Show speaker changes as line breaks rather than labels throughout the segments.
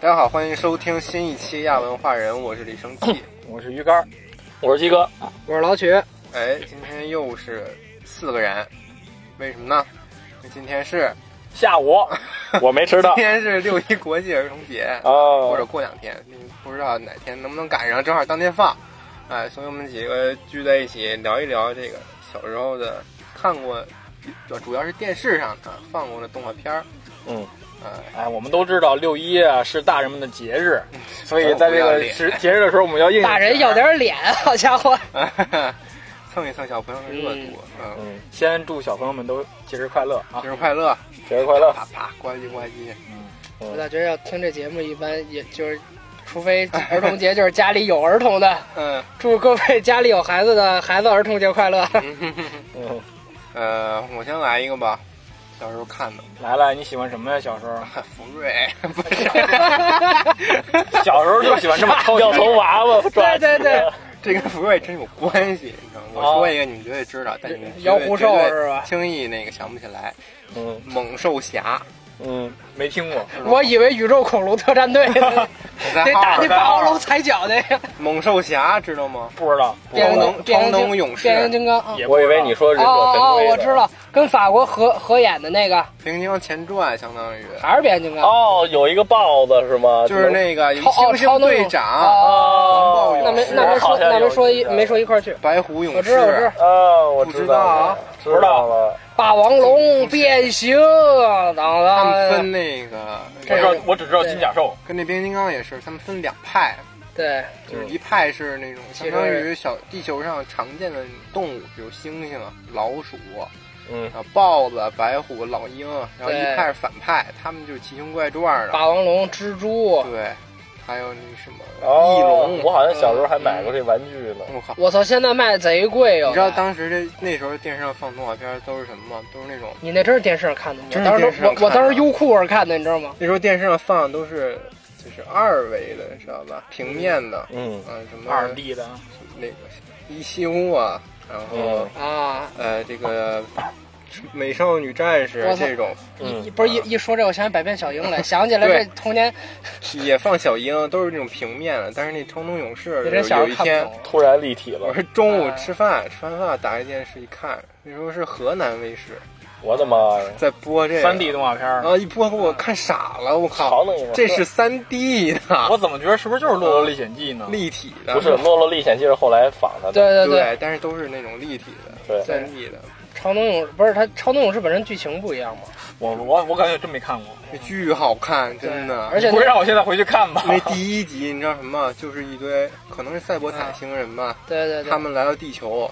大家好，欢迎收听新一期亚文化人，我是李生气，
我是鱼竿，
我是鸡哥，
我是老曲。
哎，今天又是四个人，为什么呢？因为今天是
下午我没迟到
今天是六一国际儿童节，
哦
或者过两天，不知道哪天能不能赶上，正好当天放。哎，所以我们几个聚在一起聊一聊这个小时候的看过，主主要是电视上啊放过的动画片儿。
嗯，
哎，
哎，我们都知道六一啊是大人们的节 日，所以在这
不要
个
脸
时节日的时候，我们 要应
大人要点脸，好家伙！
哎 蹭一蹭小朋友的热度，嗯，
嗯，
先祝小朋友们都节日快乐啊！
节日快乐，
节日快乐！
啪啪呱唧呱唧，
我倒觉得要听这节目，一般也就是，除非儿童节就是家里有儿童的，
嗯。
祝各位家里有孩子的孩子儿童节快乐。
嗯，
呃，我先来一个吧，小时候看的
来来，你喜欢什么呀？小时 候，
福瑞，不是，
小时候就喜欢这 么偷
要从娃娃抓
对对
起，
对，
这跟福瑞真有关系，你知道吗？我说一个，你们绝对知道，但你们绝对
哦妖狐兽是吧
绝对轻易那个想不起来，
嗯
猛兽侠，
嗯，
没听过，
我以为宇宙恐龙特战队呢
在
得打
号
那霸王龙踩脚那个，
猛兽侠知道吗？
不知道。
超
变形
能
金变
超
形
能
金
勇士，
变形金刚啊！
也不
我
知
以
道
为你说
哦
忍者神
哦
龟
哦，
呢
我知道，跟法国合合演的那个
变形金刚前传相当于
还是变形金刚，
哦，有一个豹子是吗？
就是那个猩
超哦超
猩
能
队
勇
长、
哦
哦，
那没那没
好
说
像
那没
有
说一
印象
没说一块儿去。
白虎勇
我知道我知
士
道，
啊，我
不知道
道
啊
了，知道了，
霸王龙变形，等
哎他们
等，
分那个
这
我知道，我只知道金甲兽。
跟那变形金刚也是，他们分两派，
对，
就是一派是那种
汽车
相当于小地球上常见的动物，比如猩猩、啊、老鼠
嗯，
啊、豹子、白虎、老鹰，然后
对
一派是反派，他们就是奇形怪状的，
霸王龙、蜘蛛，
对，还有那什么
哦
翼龙，
我好像小时候还买过这玩具呢。
我靠！
我操，现在卖贼贵哟！
你知道当时这那时候电视上放动画片都是什么吗？都是那种
你那真是电视上看的吗？
真
我
是
当
电视
时
上
我
看的
我当时优酷上看的，你知道吗？
那时候电视上放的都是就是二维的，你知道吧？平面的，
嗯
嗯，什么
二 D 的，
那个一休啊，然后
嗯
啊，
呃这个美少女战士
我操
这种。
嗯，
不是一一说这，我想起百变小樱 来，想起来
啊对
这童年，
也放小樱，都是那种平面的。但是那超能勇士
你这小
有
时
一
候看
天
不，哎懂。
突然立体了
我，是中午吃饭，吃完饭打开电视一看，那时候是河南卫视
我的妈呀！
在播这个
三 D 动画片儿
然。后一播给我看傻了，我靠
瞧那个，
这是三 D
我
的，
怎么觉得是不是就是《洛洛历险记》呢？
立体的，。
不是《洛洛历险记》是后来仿的，
对对
对
对，
但是都是那种立体的，
对
三 D 的，
超能勇士不是它，超能勇士本身剧情不一样嘛？
我我我感觉真没看过，
那巨好看，
对
真的。
而且
不会让我现在回去看吧？
那 第一集你知道什么？就是一堆可能是赛博坦星人吧，
对对对，
他们来到地球，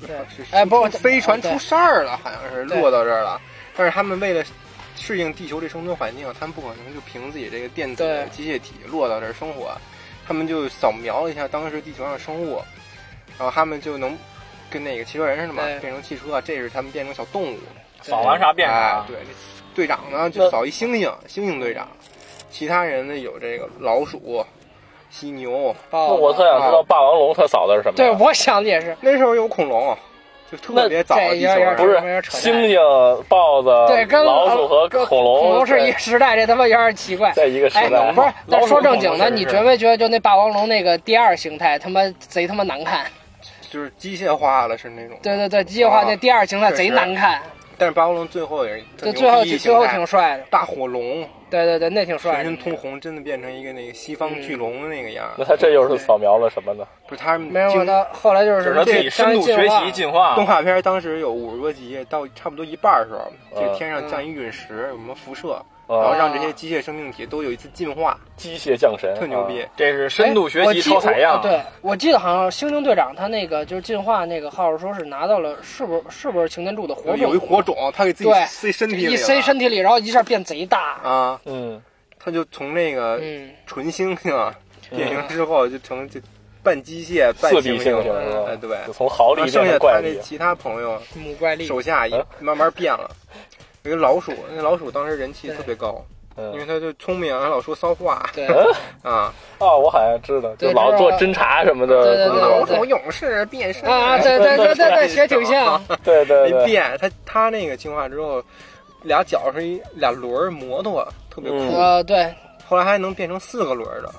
对
是
哎不是
出飞船
对
出事儿了，好像是
对
落到这儿了。但是他们为了适应地球这生存环境，他们不可能就凭自己这个电子
对
机械体落到这儿生活，他们就扫描了一下当时地球上的生物，然后他们就能跟那个汽车人似的嘛，
对
变成汽车，这是他们变成小动物。
扫完啥变
哎
啥，？
对，队长呢就
那
扫一猩猩，猩猩队长，其他人呢有这个老鼠、犀牛，
哦
那我特想知道霸王龙他扫的是什么
对，
呀？
我想的也是，
那时候有恐龙，就特
那
别早
这
地球
有点
人
不是
有点扯淡
猩猩、豹子、
对，跟
老鼠和
跟
恐
哦
龙，
恐龙是
在
一个时代，这他妈有点奇怪。
在一个时
哎
代，，
不是，
老
但
鼠
说正经
恐龙确
的，
实
你
是
觉没觉得就那霸王龙那个第二形态，他妈贼他妈难看？
就是机械化了，是那种。
对对对，机械化
啊
那第二形态
确
贼
实
难看，
但是霸王龙最后也是
就最后最后
帅，
挺帅的，
大火龙，
对对对，嗯那挺帅
全
的。
身通红，真的变成一个那个西方巨龙的那个样儿。
那他这又是扫描了什么呢？
不是他们
没有，
经
他后来就
只
是
能自己
这
深度学习进化
动。画片当时有五十多集，到差不多一半儿的时候，这个
嗯
天上降一陨石，有什么辐射，
嗯
呃
然后
啊，
让这些机械生命体都有一次进化，
机械降神，
特牛逼
啊！！
这是深度学习超采样。
哎哎我记我对，我记得好像猩猩队长他那个就是进化那个号儿，说是拿到了是不是是不是擎天柱的火
有一
种？
火种，他给自己
对
塞身体里了，
一塞身体里，然后一下变贼大。
啊，
嗯，
他就从那个
嗯，
纯猩猩啊 变形之后，就成就半机械半
四 D
猩
猩
猩
猩
了。
是吧？
哎对
就从豪利
然后
变
剩下他
成怪
那
力，
其他朋友
母怪力。嗯
手下也慢慢变了。有一个老鼠，那老鼠当时人气特别高，因为
嗯，
它就聪明，还老说骚话
对，
啊。
哦，我好像知道，就
对
老
知道
做侦查什么
对对
的，
对
啊老
嗯
鼠勇士变身
啊，对对对对对，学挺 像。
对对
一
对，
变，它它那个进化之后，俩脚是一俩轮儿摩托，特别酷。
嗯
呃，对，
后来还能变成四个轮儿的，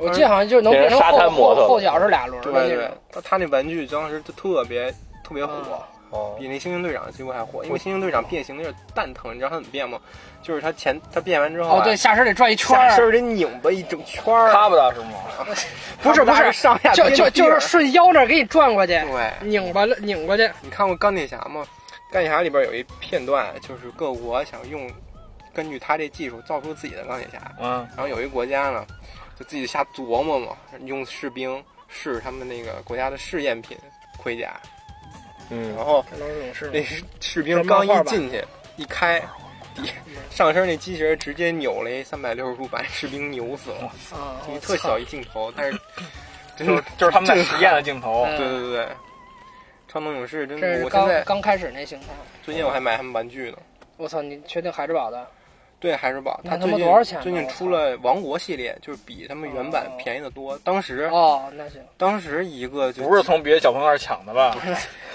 我记得好像就是能变成
变成沙
后
滩摩托
后后脚是俩轮
对
儿的那
对
种。，
他他那玩具当时就特别特别火
啊，
哦
比那猩猩队长几乎还火，因为猩猩队长变形那是蛋疼，你知道他怎么变吗？就是他前他变完之后
哦
啊，，
对，下身得转一圈
下身
儿，
儿得拧巴一整圈儿，啊
他不大是吗？
不是
不是
上下
就
颠
就
地
就
儿
是顺腰那儿给你转过去，
对，
拧巴了拧过去。
你看过钢铁侠吗？钢铁侠里边有一片段，就是各国想用根据他这技术造出自己的钢铁侠，
嗯，
然后有一国家呢，就自己瞎琢磨嘛，用士兵试他们那个国家的试验品盔甲，
嗯
然后
可能是勇士
那
吗
士兵刚一进去一开。底上身那机器人直接扭了一三百六十度，把士兵扭死了，
啊，
就
我
一特
操
小一镜头，但是 真
就是是就是他们在实验的镜头，
对对对对，超能勇士真
嗯这
的，
是
我现
刚
在
刚开始那形态。
最近我还买他们玩具呢。
我操，你确定海之宝的？
对，海之宝，
那
它
他
最
妈
近
多少钱呢
最近
我
出
操
了王国系列，就是比他们原版
哦
便宜的多。当时
哦，那行，
当时一个就
不是从别的小朋友那儿抢的吧？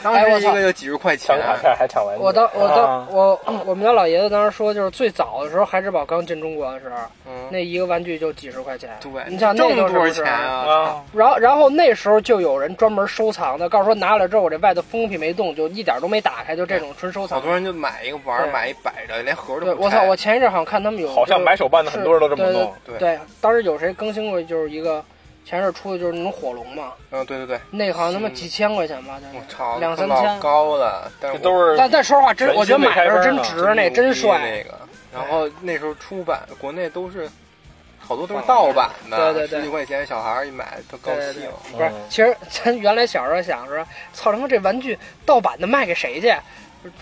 当
哎
时
我
一
操
个就几十块钱
抢，卡片还抢玩具，
我当我
啊
当我我们家老爷子当时说，就是最早的时候，海之宝刚进中国的时候，
嗯，
那一个玩具就几十块钱。
对，
你想那
挣
都
多
是
少
不是
钱啊？
啊，
然后，然后那时候就有人专门收藏的，告诉说拿了之后我这外头封皮没动，就一点都没打开，就这种纯收
好
藏。
多人就买一个玩儿，
对
买一摆着，连盒儿都
对，
不
我操！
拆
我前一阵好像看他们有，
好像买手办的很多人都这么
对
弄。
对
对，当时有谁更新过，就是一个前一阵出的就是那种火龙嘛，
嗯，对对对，
那好像他妈
嗯
几千块钱吧，
我
就是
操，
两三
老
千。
高了，但
这
是
都
是
是
但但说实话，真
全新
我觉得买的时候真值，
那
那真帅。
那个。然后那时候出版，国内都是好多都是盗版的，
对对对
十几块钱小孩儿一买特高
对对
兴。
不是，其实咱原来小时候想说，操他妈这玩具盗版的卖给谁去？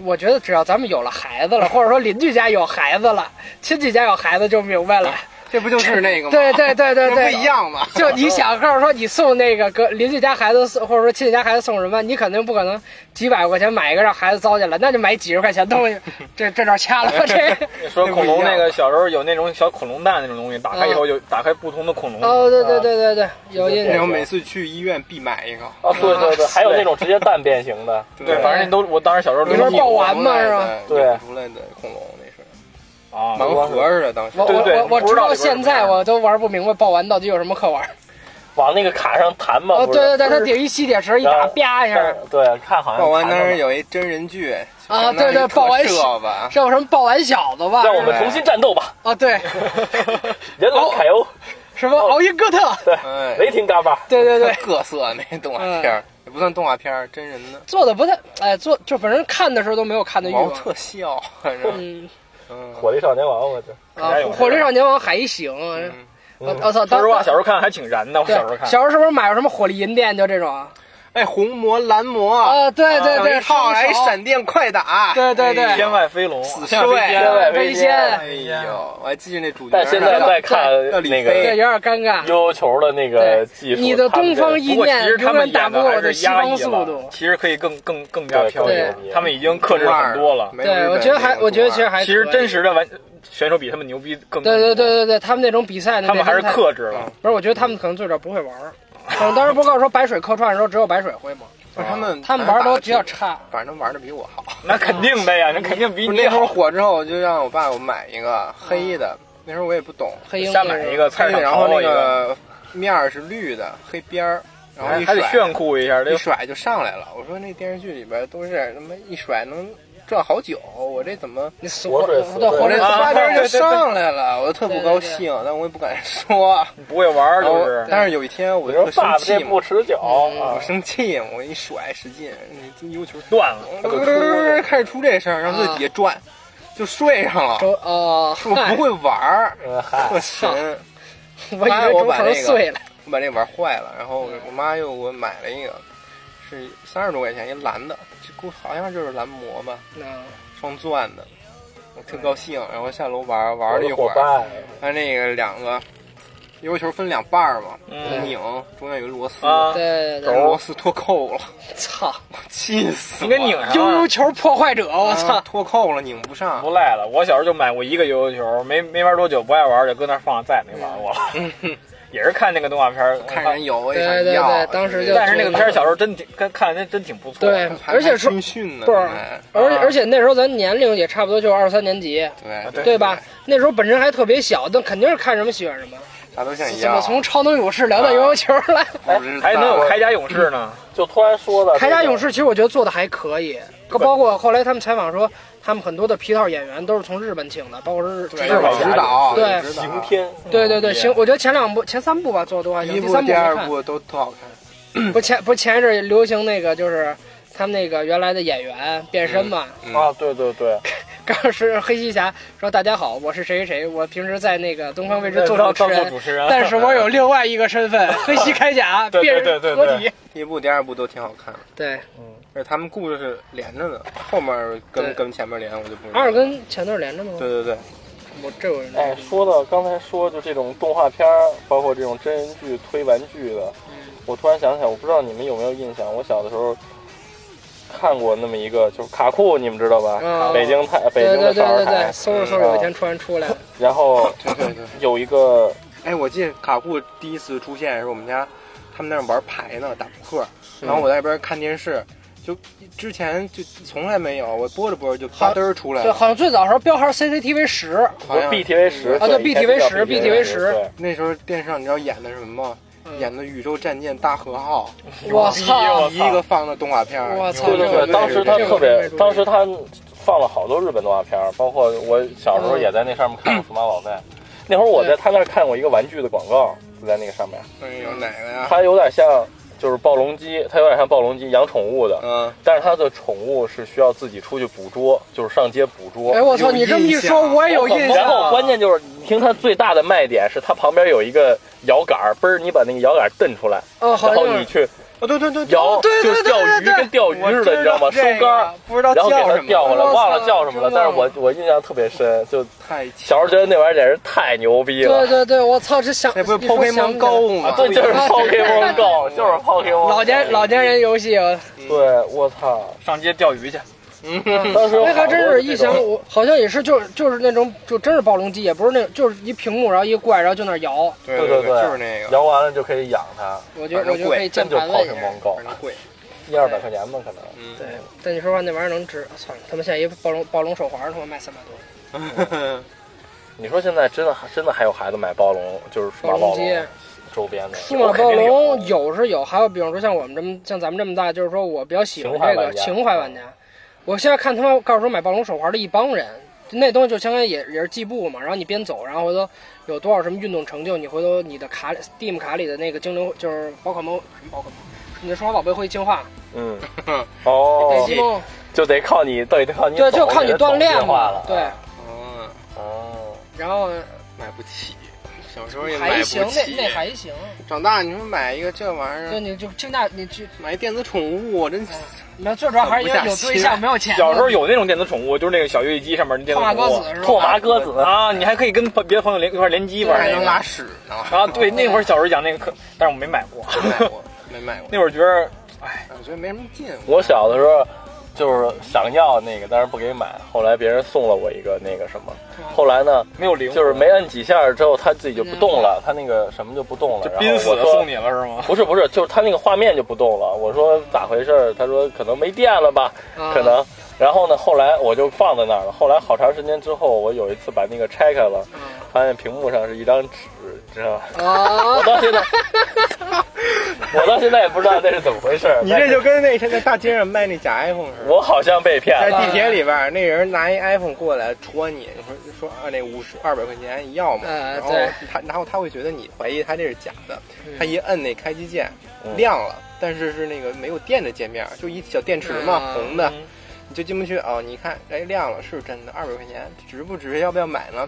我觉得只要咱们有了孩子了，或者说邻居家有孩子了，亲戚家有孩子就明白了。
这不就是那个吗？
对对对对
这
对，
不一。样吗？
就你想告诉说你送那个隔邻居家孩子送，或者说亲戚家孩子送什么，你肯定不可能几百块钱买一个让孩子糟践了，那就买几十块钱东西，这这段掐了吧这。
说恐
那不
龙
一样
那个小时候有那种小恐龙蛋那种东西，打开以后有打开不同的恐龙。
哦，对对对对对，哦有印
然后
象。
每次去医院必买一个，
啊，对 对对，还有那种直接蛋变形的，
对，反正那都我当时小时候都
你说
有
爆丸嘛是吧
吧
对
出来的恐龙那是
啊，
盲盒似的，当时
我
对
我
对
我我
不知
直
道
到
里边
现在
什么样
我都玩不明白爆丸到底有什么可玩。
往那个卡上弹嘛，
哦，
不是
对对对，它顶一吸铁石一
啊
打，
然后
啪一下，
但对，看好像
爆完
弹
当
了
时
嘛
有一真人剧
啊对对爆完
社
啊
吧，
这有什么爆丸小子吧？
让我们重新战 斗吧，
啊，对，
人老凯欧，
什
哦
么敖因哥特，
哎，
雷霆嘎巴，
哦对对嗯对，
各色那动画片儿也不算动画片儿，真人的
做的不太，哎，做就反正看的时候都没有看的欲
毛
望。
特效，反正
嗯
嗯
火力少年王，我操，
啊
还有，
火力少年王还行。
嗯
我我操，
说
当
实话，小时候看还挺燃的。我
对
小时候看，
小时候是不是买过什么火力银电就这种啊？
哎，红魔蓝魔，
啊，对对
整
对，
一套
双手
还闪电快打，
对对对
哎
天
呦
外飞龙，
死
相
对
飞
天
仙
外
飞
哎
仙，
呦，我还记着那主角呢，
但现在在看
要李
对，
那个
飞
有点尴尬。
悠悠球的那个技术，
你的
他们
东方一
不过其
面
实他
永
们演
远打不
的
过
还
我的
是
西
压
方
抑
速
了
度，。
其实可以更更更加漂
对
亮
更牛逼，
他们已经克制了很多了。
没有日
对，
本
我觉得还，
那个
我觉得其实
动画
还可以
其实真实的玩选手比他们牛逼更
对对对，对对，他们那种比赛的，
他们还是
太，
克制了。
嗯
不是？我觉得他们可能最早不会玩儿。嗯当时不是告诉说白水客串的时候只有白水会吗？
不是他们
他们玩儿都比较差。
反正玩的比我好。
那肯定的呀，那肯定比
不是
你
那时候
好。
火之后，我就让我爸给我买一个黑的，那时候我也不懂，
黑鹰
瞎买一个菜
黑的，
市场
然后
淘
那
一个，哎
个面儿是绿的，黑边儿，然后
还
一
还得
甩
炫酷一下，
一
这
甩就上来了。我说那电视剧里边都是他妈一甩能转好久，我这怎么
你死
活
活
水
对
死水
我
活
这
水
啊
八边就
对对对
上来了，我就特不高兴，但我也不敢说。
不会玩儿
然后
就是。
但是有一天我
你
就
说
特
爸
生气
爸这
嘛嗯
不，持久
我
啊，
生气嘛，我一甩使劲，那这悠球
断了，
嗯开始出这声儿，然后在底下转，就睡上了。
周哦，
我
嗨
不会玩儿，
呃嗨，
特神。
我以为
我
中
把
头
那个
碎了。
我把这玩坏了，然后我我妈又给我买了一个，是三十多块钱一蓝的，这估好像就是蓝魔吧，
嗯
双钻的。我特高兴，然后下楼玩玩了一会
伙
儿，
伴，
它那个两个悠悠球分两半儿嘛，
嗯
拧中间有一螺丝，
啊，
对对
把
对
螺丝脱扣了，
对，操！
气死我！
你给拧上
悠
了
悠。球破坏者，我
啊
操！
脱扣了，拧不上
不。赖 了，我小时候就买过一个悠悠球，没没玩多久不爱玩，就搁那儿放，再也没玩过了。也是看那个动画片儿，
看人有嗯我也想
对对
要。
对当时就
但是那个片儿小时候真挺看看着真挺不错。
对，
还
而且
还
说
军训呢，
不是
哎
而
啊
而且那时候咱年龄也差不多就二三年级，
对
对
对吧？？那时候本身还特别小，但肯定是看什么喜欢什么。
啥都想
怎
要
么。从超能勇士聊到
啊
悠悠球了？
我不知道
还能有铠甲勇士呢，
嗯
就突然说的
铠甲勇士其实我觉得做的还可以，包括后来他们采访说，他们很多的皮套演员都是从日本请的，包括是
对
日本
本
指导，
对
指导
刑。天，
对对对，
也
行，我觉得前两部、前三部吧做的都还
第一
行，第
部、
三部
嗯第
没
二
看
部都特好看。
不前不前一阵儿流行那个就是他们那个原来的演员变身嘛，
嗯
啊，对对对，
刚是黑西侠说大家好，我是谁谁谁，我平时在那个东方卫视做
当
主
当
持
做
人，
主持人，
但 是我有另外一个身份，黑西铠甲
对
变
对
身
对对
合
对
体，
第一部、第二部都挺好看的，
对
而且他们故事是连着的，后面
对
跟跟前面连我就不知道。
二跟前段连着吗？
对对对，
我这我
哎，说到刚才说就这种动画片儿，包括这种真人剧推玩具的，
嗯
我突然想起来，我不知道你们有没有印象，我小的时候看过那么一个，就是卡库，你们知道吧？
啊
嗯
北京台，北
对对
京的
对
少儿
对
台
对，，搜着搜
嗯啊
着有一天突然出来了，
然后
对对对。
有一个
哎，我记得卡库第一次出现是我们家，他们那儿玩牌呢，打扑克，然后我在一边看电视，就之前就从来没有，我播着播着就
好
啪嘚儿出来
对，
了，
好像最早时候标号 CCTV 十，
哦
好像
BTV 十
啊
对
以前就叫
BTV10
BTV
10
对
那时候电视上你知道演的是什么吗？
嗯哎
演的《宇宙战舰大和号
我
我
操
哎
操，》
第一个放的动画片儿，
我操
对
对
对
这个
对，当时他
这个
特
我没
别
注，意
当时他放了好多日本动画片儿，包括我小时候也在那上面看过
嗯
《数码宝贝》。那会儿我在他那儿看过一个玩具的广告，就在那个上面，
哎呦哪个呀？
它有点像就是暴龙机，它有点像暴龙机养宠物的，
嗯，
但是它的宠物是需要自己出去捕捉，就是上街捕捉
哎。我操，
有
你这么一
印象
说哎我也有印象，啊
然后关键就是，你听它最大的卖点是它旁边有一个摇杆儿，嘣儿，你把那个摇杆儿蹬出来，
哦，好
然
像
后
就
你
是
去
哦对对对对，
摇，
对
就是
对
钓
对
鱼
对
跟钓鱼似的，你知道吗？收竿儿。
不知道
然后给
叫
它
什么，
钓回来，
我操
忘了叫什么了。
真
但
忘了
是我我印象特别深，就
太
小时候觉得那玩意儿简直太牛逼了。
对对对，我操，这想
那不是
一说
Pokemon
想起来了
Go 吗？
啊，对，就是
啊
Pokemon Go，就是 Pokemon。
老年老年人游戏，啊我
对，我操！
上街钓鱼去，
嗯，
当时有
那还
好多
真是一
这种
想，我好像也是，就是就是那种，就真是暴龙机，也不是那种，就是一屏幕，然后一怪，然后就那儿摇。
对
对
对，
对
就是那个，
摇完了就可以养它，
我觉得
反
我
正
觉得
贵
可以键
真就
盘问一下。
Pokemon Go，
反正 贵，
一二百块钱吧，可能。
嗯，
对，但你说实话，那玩意儿能值？操，他们现在一暴龙暴龙手环他妈卖三百多，
你说现在真的真的还有孩子买暴龙，就是数码
暴龙
暴
机
龙周边的，
数码暴龙有是有，还有比如说像我们这么像咱们这么大，就是说我比较喜欢这个情
情
怀
怀
玩
玩
家。我现在看他妈告诉我买暴龙手环的一帮人，那东西就相当于也也是计步嘛，然后你边走，然后回头有多少什么运动成就，你回头你的卡里 Steam 卡里的那个精灵就是宝可梦，什么宝可梦，你的数码宝贝会进化，
嗯，哦
对，积木，
就得靠你，对，得靠你
对，
走
就靠
你
你
的
锻
走
炼
进化
嘛
了，，
对，
嗯，
哦，
然后
买不起，小时候也买
还
不
行，那
起嗯
那。还行，
长大你说买一个这玩意
就
儿，
你就竞价，你去，
买电子宠物，我
哎
真
你要最主要还是因为
不
有
下棋
对象没有钱，
小时候有那种电子宠物，就是那个小游戏机上面的电
泡
子
马
宠
鸽
物
子是吧？
拓麻鸽子，
啊，你还可以跟朋别的朋友连一块儿联机玩
哎
还
那
能
个
拉屎呢，
啊，对，那会儿小时候养那个可，但是我没买 过，
没买过，没买过，
那会儿觉得，哎，
我觉得没什么劲。
我小的时候就是想要那个，但是不给买。后来别人送了我一个那个什么，后来呢，
没嗯有灵魂，嗯
就是没摁几下之后，它自己就不动了，它那个什么就不动了。
就
然后
濒死
我
的
说
送你了是吗？
不是不是，就是它那个画面就不动了。我说咋回事儿？他说可能没电了吧，
啊
嗯
可能。然后呢，后来我就放在那儿了。后来好长时间之后，我有一次把那个拆开了，
嗯
发现屏幕上是一张纸，知道吧？
啊
我， 到现在， 我到现在也不知道那是怎么回事儿。
你这就跟那现在大街上卖那假 iPhone 似的。
我好像被骗
在
哎
了。
地
啊
铁里边儿，那人拿一 iPhone 过来戳你，你说说啊，那五十二百块钱你要吗？
呃
然后
对
他，然后他会觉得你怀疑他这是假的，他一摁那开机键
嗯
亮了，但是是那个没有电的界面，就一小电池
嗯
嘛，红的
嗯，
你就进不去啊。你一看，哎，亮了，是真的，二百块钱值不值？要不要买呢？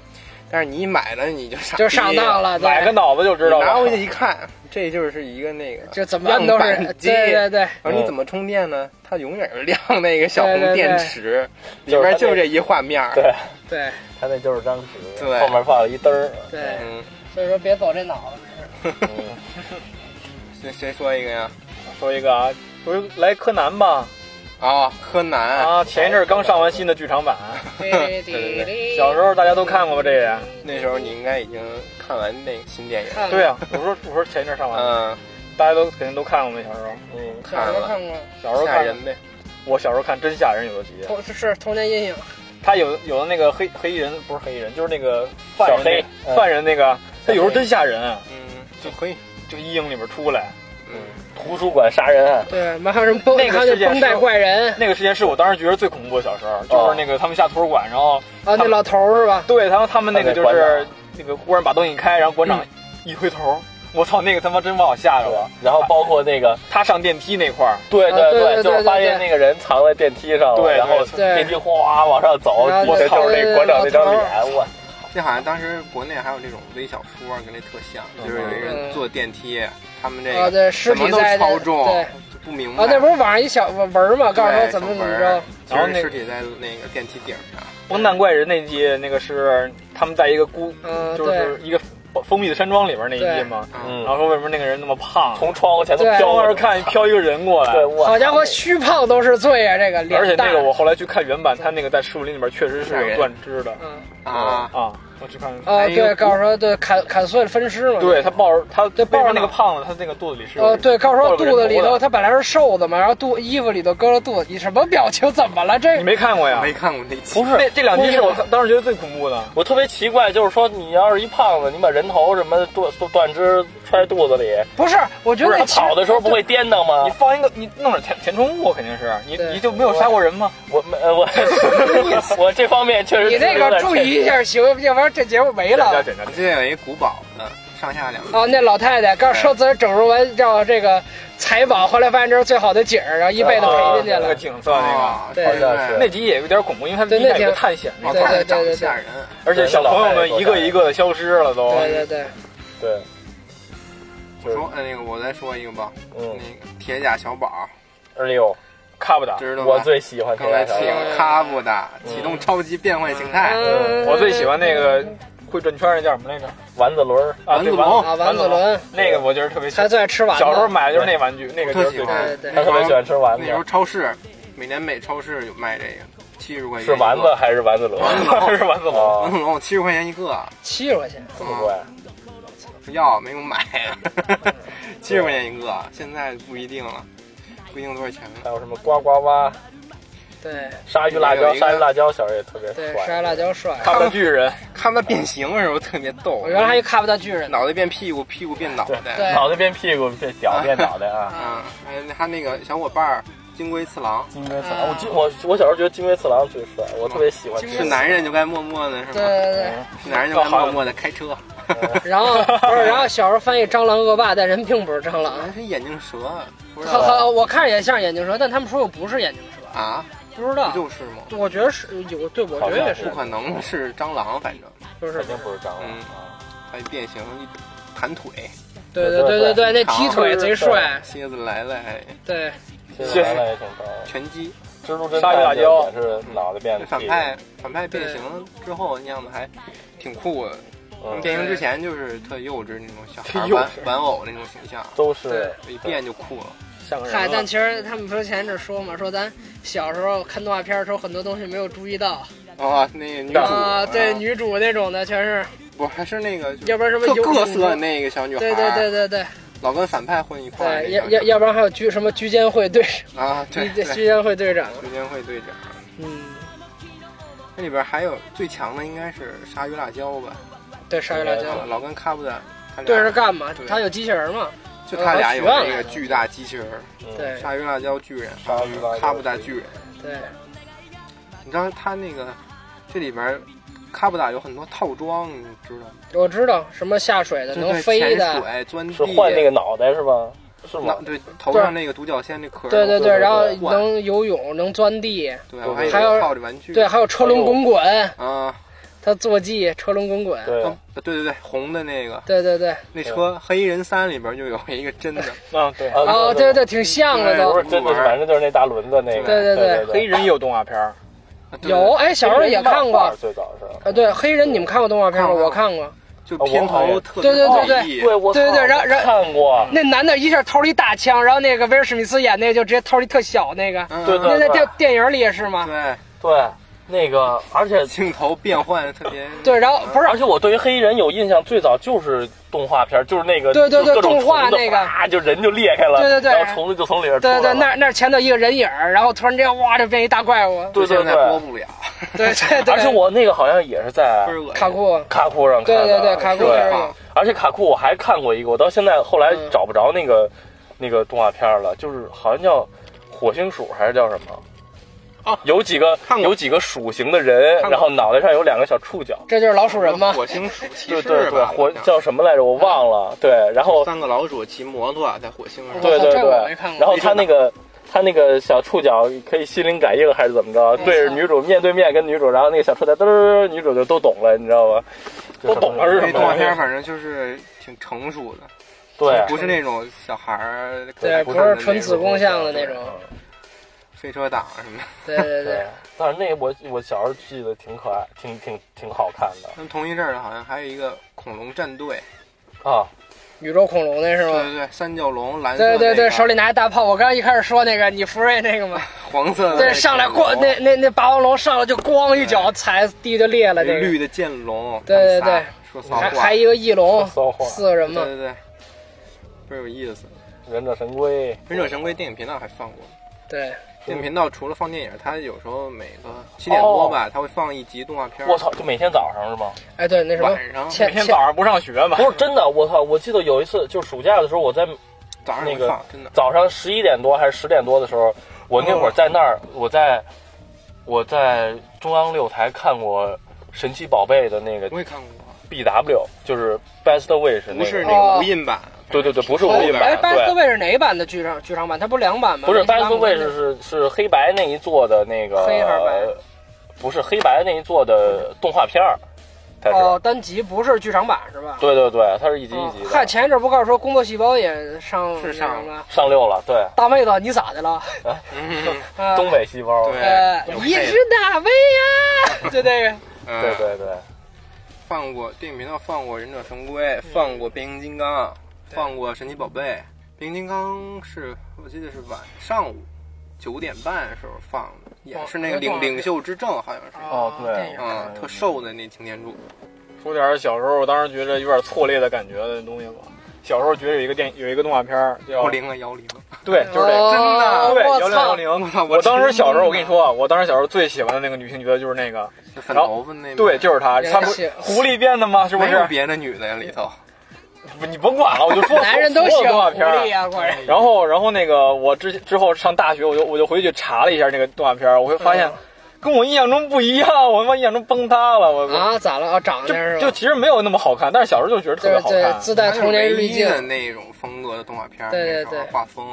但是你一买了，你就傻逼
就上当。了，对
买个脑子就知道
你拿回
了
去。一看，这就是一个那个，
这嗯怎么按都是
样板机
对对对，
然后你怎么充电呢？它永远是亮那个小红电池，
对对对
里边就这一画面儿。
对，
对
他那就是张纸，
对
后面放了一灯儿。
对，
嗯，
所以说别走这脑子。
嗯
谁谁说一个呀？
说一个啊，不是来柯南吧？
啊，柯南，
啊，前一阵儿刚上完新的剧场版，
对
对
对
小时候大家都看过吧？这个？
那时候你应该已经看完那个新电影，
看
对啊，我说我说前一阵上完了，
嗯，
大家都肯定都看过那小时候。
嗯，
小时
看
候
了，
看过，
小时候
吓
看，
人呗，
我小时候看真吓人，有的集。
童是是童年阴影，
他有有的那个黑黑衣人不是黑衣人，就是那个犯
小
人
黑
那呃犯人那个，他有时候真吓人，啊
嗯，就可以，
就阴影里边出来。
嗯，
图书馆杀人案，
对，还有什么绷，
那个
还有
事件
绷带
是
怪人啊，
那个事件是我当时觉得最恐怖的，小时
哦
候就是那个他们下图书馆，然后他
啊那
们
老头儿是吧？
对，然后他们那个就
他那
是
馆
那个忽然把灯一开，然后馆
嗯
长一回头，我操，那个他妈真把我吓着了。
然后包括那个，
他上电梯那块儿，
对
嗯啊对对
对，就是
对
发
对
现那个人藏在电梯上了，
对
然后
对
对
电梯哗往上走，
然后
底下
对
就是那馆长那张脸，我
这好像当时国内还有这种微小说啊跟这特像，就是有一个人坐电梯，他们这
啊，
个
对，尸
什么
体
都
在
超重
对，，
就不明白。
啊，那不是网上一小文儿嘛，告诉说
对
怎么
小
怎么
门
着
儿，
然后
其
那
实尸体在那个电梯顶上，
崩蛋怪人那一季，那个是他们在一个孤，
嗯，
就
对，
是一个封封闭的山庄里边那一
对
季嘛。
嗯，
然
嗯，
后说为什么那个人那么胖，
从窗户前头
对
飘
飘
过
着
去，
看飘一个人过来，
对，我
好家伙，虚胖都是罪啊，这个脸
而且那
大
个我后来去看原版，他那个在树林里面确实是有断肢的
嗯
啊，
啊，我去看。
啊，
还有一
对，
个
告诉说对砍砍碎了分尸嘛，
对他抱着他，
对抱着
为什么那
呢
个胖子，他那个肚子里是有
哦，对，告诉说
抱着人
肚子里
头
头，
的，
他本来是瘦的嘛，然后肚衣服里头搁了肚子，你什么表情？怎么了？这
你没看过呀？
没看过那期，
不是，那这两集是我当时觉得最恐怖的。
我特别奇怪，就是说你要是一胖子，你把人头什么的断断断肢揣肚子里，
不是，我觉
不
得那
是他
其实
跑的时候不会颠倒吗
你？放一个，你弄点填填充物，肯定是你
对
你就没有杀过人吗？
我没 呃我我这方面确实
你那
有
个
点
注意一下行，要不然这节目没
剪掉
了。
剪掉
我，记得有一古堡的，上下两个，
啊，那老太太刚说
嗯
自个儿整容完要这个财宝，后来发现这是最好的景儿，然后一
嗯
辈子赔进去
啊那个
了。
景色那
哦
对
对
个，那集也有点恐怖，因为它
对
第一
那
集有
挺
个探险那
我
个，
对
看
对
着长
对
得
对
吓人，
而且小朋友们一个一个的消失了都。
对对对，
对，就
我
是
说呃那个我再说一个吧，那
嗯，
个铁甲小宝，
二六，
卡布达，
知道吗？
啊我最喜欢
刚才
铁甲
提
小嗯
听
子
过卡布达启动超级变换形态，
嗯
哎我最喜欢那个会转圈儿那叫什么来着？
丸子轮儿，
啊，
丸子
对
龙
啊，丸子轮，
那个我觉得特别喜
还
欢。
最爱吃丸子。
小时候买的就是那玩具，那个就
特
是
喜
最
欢
对对。
那
他
时
特别喜
候
欢吃丸
那时候
子，
超市美廉美超市有卖这个，七十块钱
是 丸子啊还是丸子轮？
是丸子龙。
王
哦，
子龙七十块钱一个，
七十块钱，
这么贵，
不要没有买，
嗯
七十块钱一个，现在不一定了，不一定多少钱了。
还有什么呱呱哇、
对
鲨鱼辣
还
椒
有、一个
鲨鱼辣椒，小时候也特别
对，
帅
沙。拉椒帅。
看不到巨人，
看他变形的时候特别逗，
我原来还一看不到巨人呢。
脑袋变屁股，屁股变脑袋，
对
脑袋变屁股，变屌变脑袋啊！
嗯，还有他那个小伙伴儿金龟次郎
金龟次
啊
郎，我记我我小时候觉得金龟次郎最帅，我特别喜欢
金龟
是
吃。
男人就该默默的是
对
吗？
对对。
是男人就该默默的开 车，
然后不是，然后小时候翻译蟑螂恶霸，但人并不是蟑螂。
男是眼镜蛇，不知
呵
道
呵，我看着也像是眼镜蛇，但他们说又不是眼镜蛇，
啊？
不知道
不。就是吗？
我觉得是有，对我觉得也是
不，可能是蟑螂，反正
就是
肯定不是蟑螂
嗯
啊！
它一变形一弹腿，
对
对
对
对
对，那
长
踢腿贼帅，
蝎子来了哎
对，
现在来也挺高的。
拳击，
蜘蛛侦
鲨鱼辣
探
椒
也是嗯脑袋变
这
得
反
屁股，
派反派变形之后那样子还挺酷的。
嗯，
变形之前就是特幼稚那种小孩
特
儿
幼
玩
稚
玩偶那种形象，
都
对
是
一变就酷了。
像个
嗨，
人
但
了。
其实他们说前阵说嘛，说咱小时候看动画片的时候，很多东西没有注意到
啊，那个女主
啊，对
啊
女主那种的全是，
不还是那个，
要不然什么
特
有
各色的，那个小女孩，
对对对，对对
老跟反派混一块儿
对，
那
要
个
要要不然还有居什么居监会队长，
啊，对
居
对，
居监会队长，
时间会队长。
嗯，
那里边还有最强的应该是鲨鱼辣椒吧，
对，鲨鱼辣椒
啊。老跟卡布的他
对着
俩，
干嘛
对？
他有机器人嘛？
就他俩有那
老许愿
个
了
巨大机器人儿，
嗯
对
鲨鱼辣椒巨人，
鲨鱼辣椒
卡布达巨人。
对，
你知道他那个这里边卡布达有很多套装，你知道吗？
我知道什么下水的
就
能
是
飞
潜
的，
水、钻地，
是换那个脑袋是吧？是吗
脑？对头上那个独角仙那壳儿，
对对
对对
然后
对
能游泳，能钻地，
对，
对
我
对
还以
还有
为套着玩具，
对，还有车轮滚滚，
啊，
他坐骑车轮滚滚，
对，
啊对对对，红的那个
对对对，
那车《黑衣人三》里边就有一个真 的，
嗯，对，
哦，对对，挺像的
对
都
不。是真的，
玩儿
反正就是那大轮子那个。
对对
对
黑人也有动画片儿，
啊对
有，哎，小时候也看过，
黑人漫画最早是。
啊，对，黑人你们看过动画片吗？
看过
我看过，
就片
哦
头特别
对对对
诡异
对，我
对对对
操
然
我
然
看过，
那男的一下掏了一大枪，然后那个威尔史密斯演那个就直接掏了一特小那个，
嗯
对
那
对
在电电影里也是吗？
对，
对，那个，而且
镜头变换特别
对，然后不是
而且我对于黑衣人有印象，最早就是动画片，就是那个
对对对
就各种
动画
虫子
那个
啪就人就裂开了，
对对对
然后虫子就从里边出来
对
了。
对，那那儿前头一个人影儿，然后突然之间哇，就变一大怪物。
对对
现在播
对，
不了，
对对对，
而且我那个好像也是在
倍儿恶
卡
心。
库，
卡库上看
对
的，
对对，卡库那
对
儿有。
而且卡库我还看过一个，我到现在后来找不着那个、那个动画片了，就是好像叫火星鼠还是叫什么？
哦
有几个
看过
有几个鼠形的人，
看过
然后脑袋上有两个小触角。
这就是老鼠人吗？
火星鼠骑
对
士
对对，
吧，
火
好像
叫什么来着？我忘了。对，然后
三个老鼠骑摩托在火星上。
我
对
操
对
这
对
我没看，过
然后他那个他那个小触角可以心灵感应还是怎么着？
嗯
对着女主面对面跟女主，然后那个小触角嘚儿，女主就都懂了，你知道吗？
都懂了是什
那
么
动画片反正就是挺成熟的，
对，
不是那种小孩儿
对，
不
不
是那
是
种
纯子宫像
啊
的那种。
飞车党什么的。
对对
对
对，，
但是那个我我小时候记得挺可爱，挺挺挺好看的
他们同一阵儿好像还有一个恐龙战队，
啊。
宇宙恐龙那是
对
吗？
对对，三角龙蓝色
对对对，
那个
手里拿一大炮。我刚一开始说那个，你福瑞那个嘛，
黄色的那
对，
个
上来
恐龙
咣，那那那霸王龙上来就咣一脚踩地就裂了，那个
绿的剑龙，
对对
他们仨
对，
说骚
还
话
还，一个翼龙，
骚话
四个人
对
嘛，
对对，倍儿有意思。
忍者神龟，
忍者神龟电影频道还放过，
对，
电影频道除了放电影，它有时候每个七点
哦
多吧，它会放一集动画片儿。
我操，就每天早上是吗？
哎对，那什么
晚上
前
每天早上不上学嘛
不，是真的，我操！我记得有一次，就暑假的时候，我在
早上
那
会
个
放，真的。
早上十一点多还是十点多的时候，我那会儿在那儿，我在我在中央六台看过《神奇宝贝》的那个
我也看过，
B W，就是 Best Wish
不
那
是
个。
那
哦
个无印版，
对对对，不是无
后
印
边
哎
版，
巴斯
对，
卫是哪版的剧场剧场版？它不是两版吗？
不是
那
Best
版
Wish 是是黑白那一座的那个，
黑还是
啊
白
不是黑白那一座的动画片儿，它是，
哦，单集不是剧场版是吧？
对对对，它是一集一
哦
集的，
嗨，前一阵不告诉说工作细胞也上
是
那
上
什么了？
上六了，对，
大妹子，你咋的了？
嗯，
啊
东北细胞，
对
呃，
有
你
配
是哪位呀？就那个，
嗯
对对对，
放过电影频道放过《忍者神龟》，放过《变形金刚》，放过《神奇宝贝》。变形金刚是我记得是晚上午九点半的时候放的，也是那个
哦
领
那会儿
领袖之证，好像是，
哦对
电影
嗯，特瘦的那擎天柱。
说点儿小时候我当时觉得有点错裂的感觉的东西吧。小时候觉得有一个电有一个动画片儿叫
幺零啊幺零，
对，就是这个。
哦
对，
我
幺零幺
操，
零。
操！
我当时小时候，我跟你
说。
说啊，我当时小时候最喜欢的那个女性角色就是那个，
粉头发那
对，就是她，
也
她不
是
狐狸编的吗？是不
没有
是？
别的女的呀里头，
不你甭管了，我就说
男人都
所
喜
有动画
欢狐
片儿啊
狸啊呀，果然。
然后，然后那个我之之后上大学，我就我就回去查了一下那个动画片儿，我会发现
嗯
跟我印象中不一样，我他妈印象中崩塌了，我
啊，咋了？啊，长
哎就
得是吧
就其实没有那么好看，但是小时候就觉得特别
对
好
对，
看，
自带童年滤
唯一
镜。
的那种风格的动画片儿，
对对
那时候
对
画风、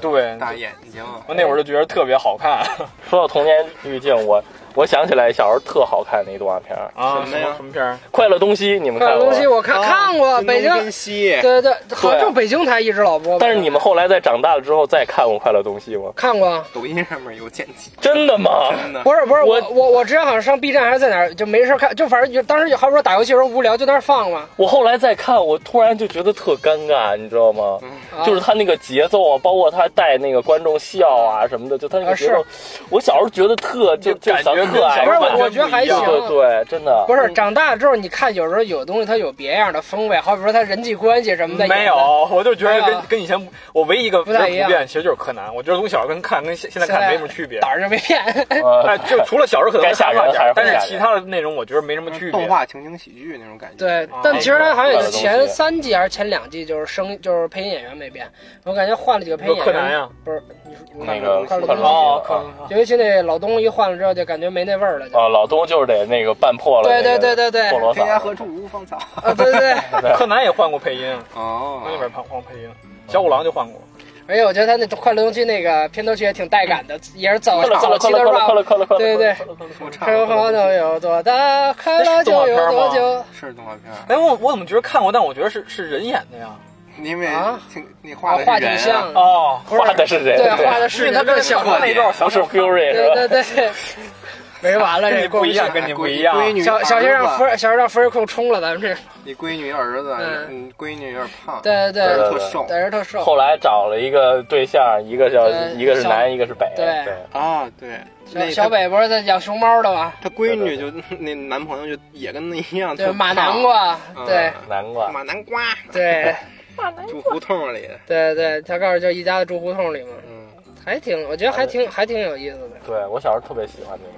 对，
大眼睛，
我那会儿就觉得特别好看
嗯说到童年滤镜，我我想起来小时候特好看的一动画片儿
啊，
什
什
么呀
么什么片儿？
《快乐东西》，你们
快
看
乐
过
东
吗
西？我看看过，北京，
珍惜，
对对对，好像就北京台一直老播吧。
但是你们后来在长大了之后再看过《快乐东西》吗？
看过？ 啊
抖音上面有剪辑，
真的吗？
真的。
不是不是，
我
我我我之前好像上 B 站还是在哪儿，就没事儿看，就反正就当时就好比说打游戏的时候无聊，就在那儿放嘛。
我后来再看，我突然就觉得特尴尬，你知道吗？
嗯
啊
就是他那个节奏啊，包括他带那个观众笑啊什么的，就他那个节奏，
啊
我小时候觉得特就就
感
小
觉跟
特爱
小
不
时
是
候
看，
完
我，我
全
觉得还
不一
行
样。
对对，真的
不是长大之后，你看有时候有东西它有别样的风味，好比说它人际关系什么的。
没有，我就觉得
没有
跟跟以前不我唯一一个
不
不
太
太
一
不
样
变，其实就是柯南。我觉得从小跟看跟现现在
现在
看没什么区别
胆。儿就没变。
哎，
呃，
就除了小时候可能
该吓人
害怕点儿
还是会
但是
吓人
其他的内容我觉得没什么区别。
动画情景喜剧那种感觉，
对，但其实它好像也就前三季还是前两季，就是声就是配音演员没变，我感觉换了几个配音
说
演员。
柯南呀，
不是，你说
那个
快乐
快
东西
乐东西
哦
啊
尤其那老东一换了之后，就感觉没那味儿了。就
啊，老东就是得那个办破了，
对对对对对
破锣嗓
天涯何处无芳草。
啊，对对对，
柯南也换过配音，那里
哦
边，换换配音，小五郎就换过。
而且我觉得他那快乐东西那个片头曲也挺带感的，也是走
快乐快
走
乐
基
快
德
乐快
rap
乐。快乐快乐，
对对
说唱
生活能有多大，快乐就有多久。
是动画片儿，
哎，我我怎么觉得看过？但我觉得是是人演的呀。
因为
啊
挺你
啊
画，的
画
是
挺
人
像
啊，
的，
哦，
不是
画的是人，
对，画的
因
是
为他真
人的
的想
小
画
看那一段，
不是 Fury
对
是吧？
对对，对 没完了，
跟
这
你不一样，
过不去
跟你不一样。
啊闺女
小小心让福
儿子，
尔小心让福尔库冲了，咱们这
你闺女儿子，
嗯
嗯，闺女有点胖，
对对
儿子
对，
特瘦
但是特瘦。
后来找了一个对象，一个叫
对
一个是
小
南，一个是北，
对
对，
啊，对，
小
那
小
北
北不是在养熊猫的吗？
她闺女就那男朋友就也跟那一样，嗯
对，
特
马
胖
南，瓜，
嗯
对
南瓜。
马南瓜，
对
住胡同里，
对对，他告诉就一家子住胡同里嘛，
嗯，
还挺，我觉得还挺还挺有意思的。
对我小时候特别喜欢那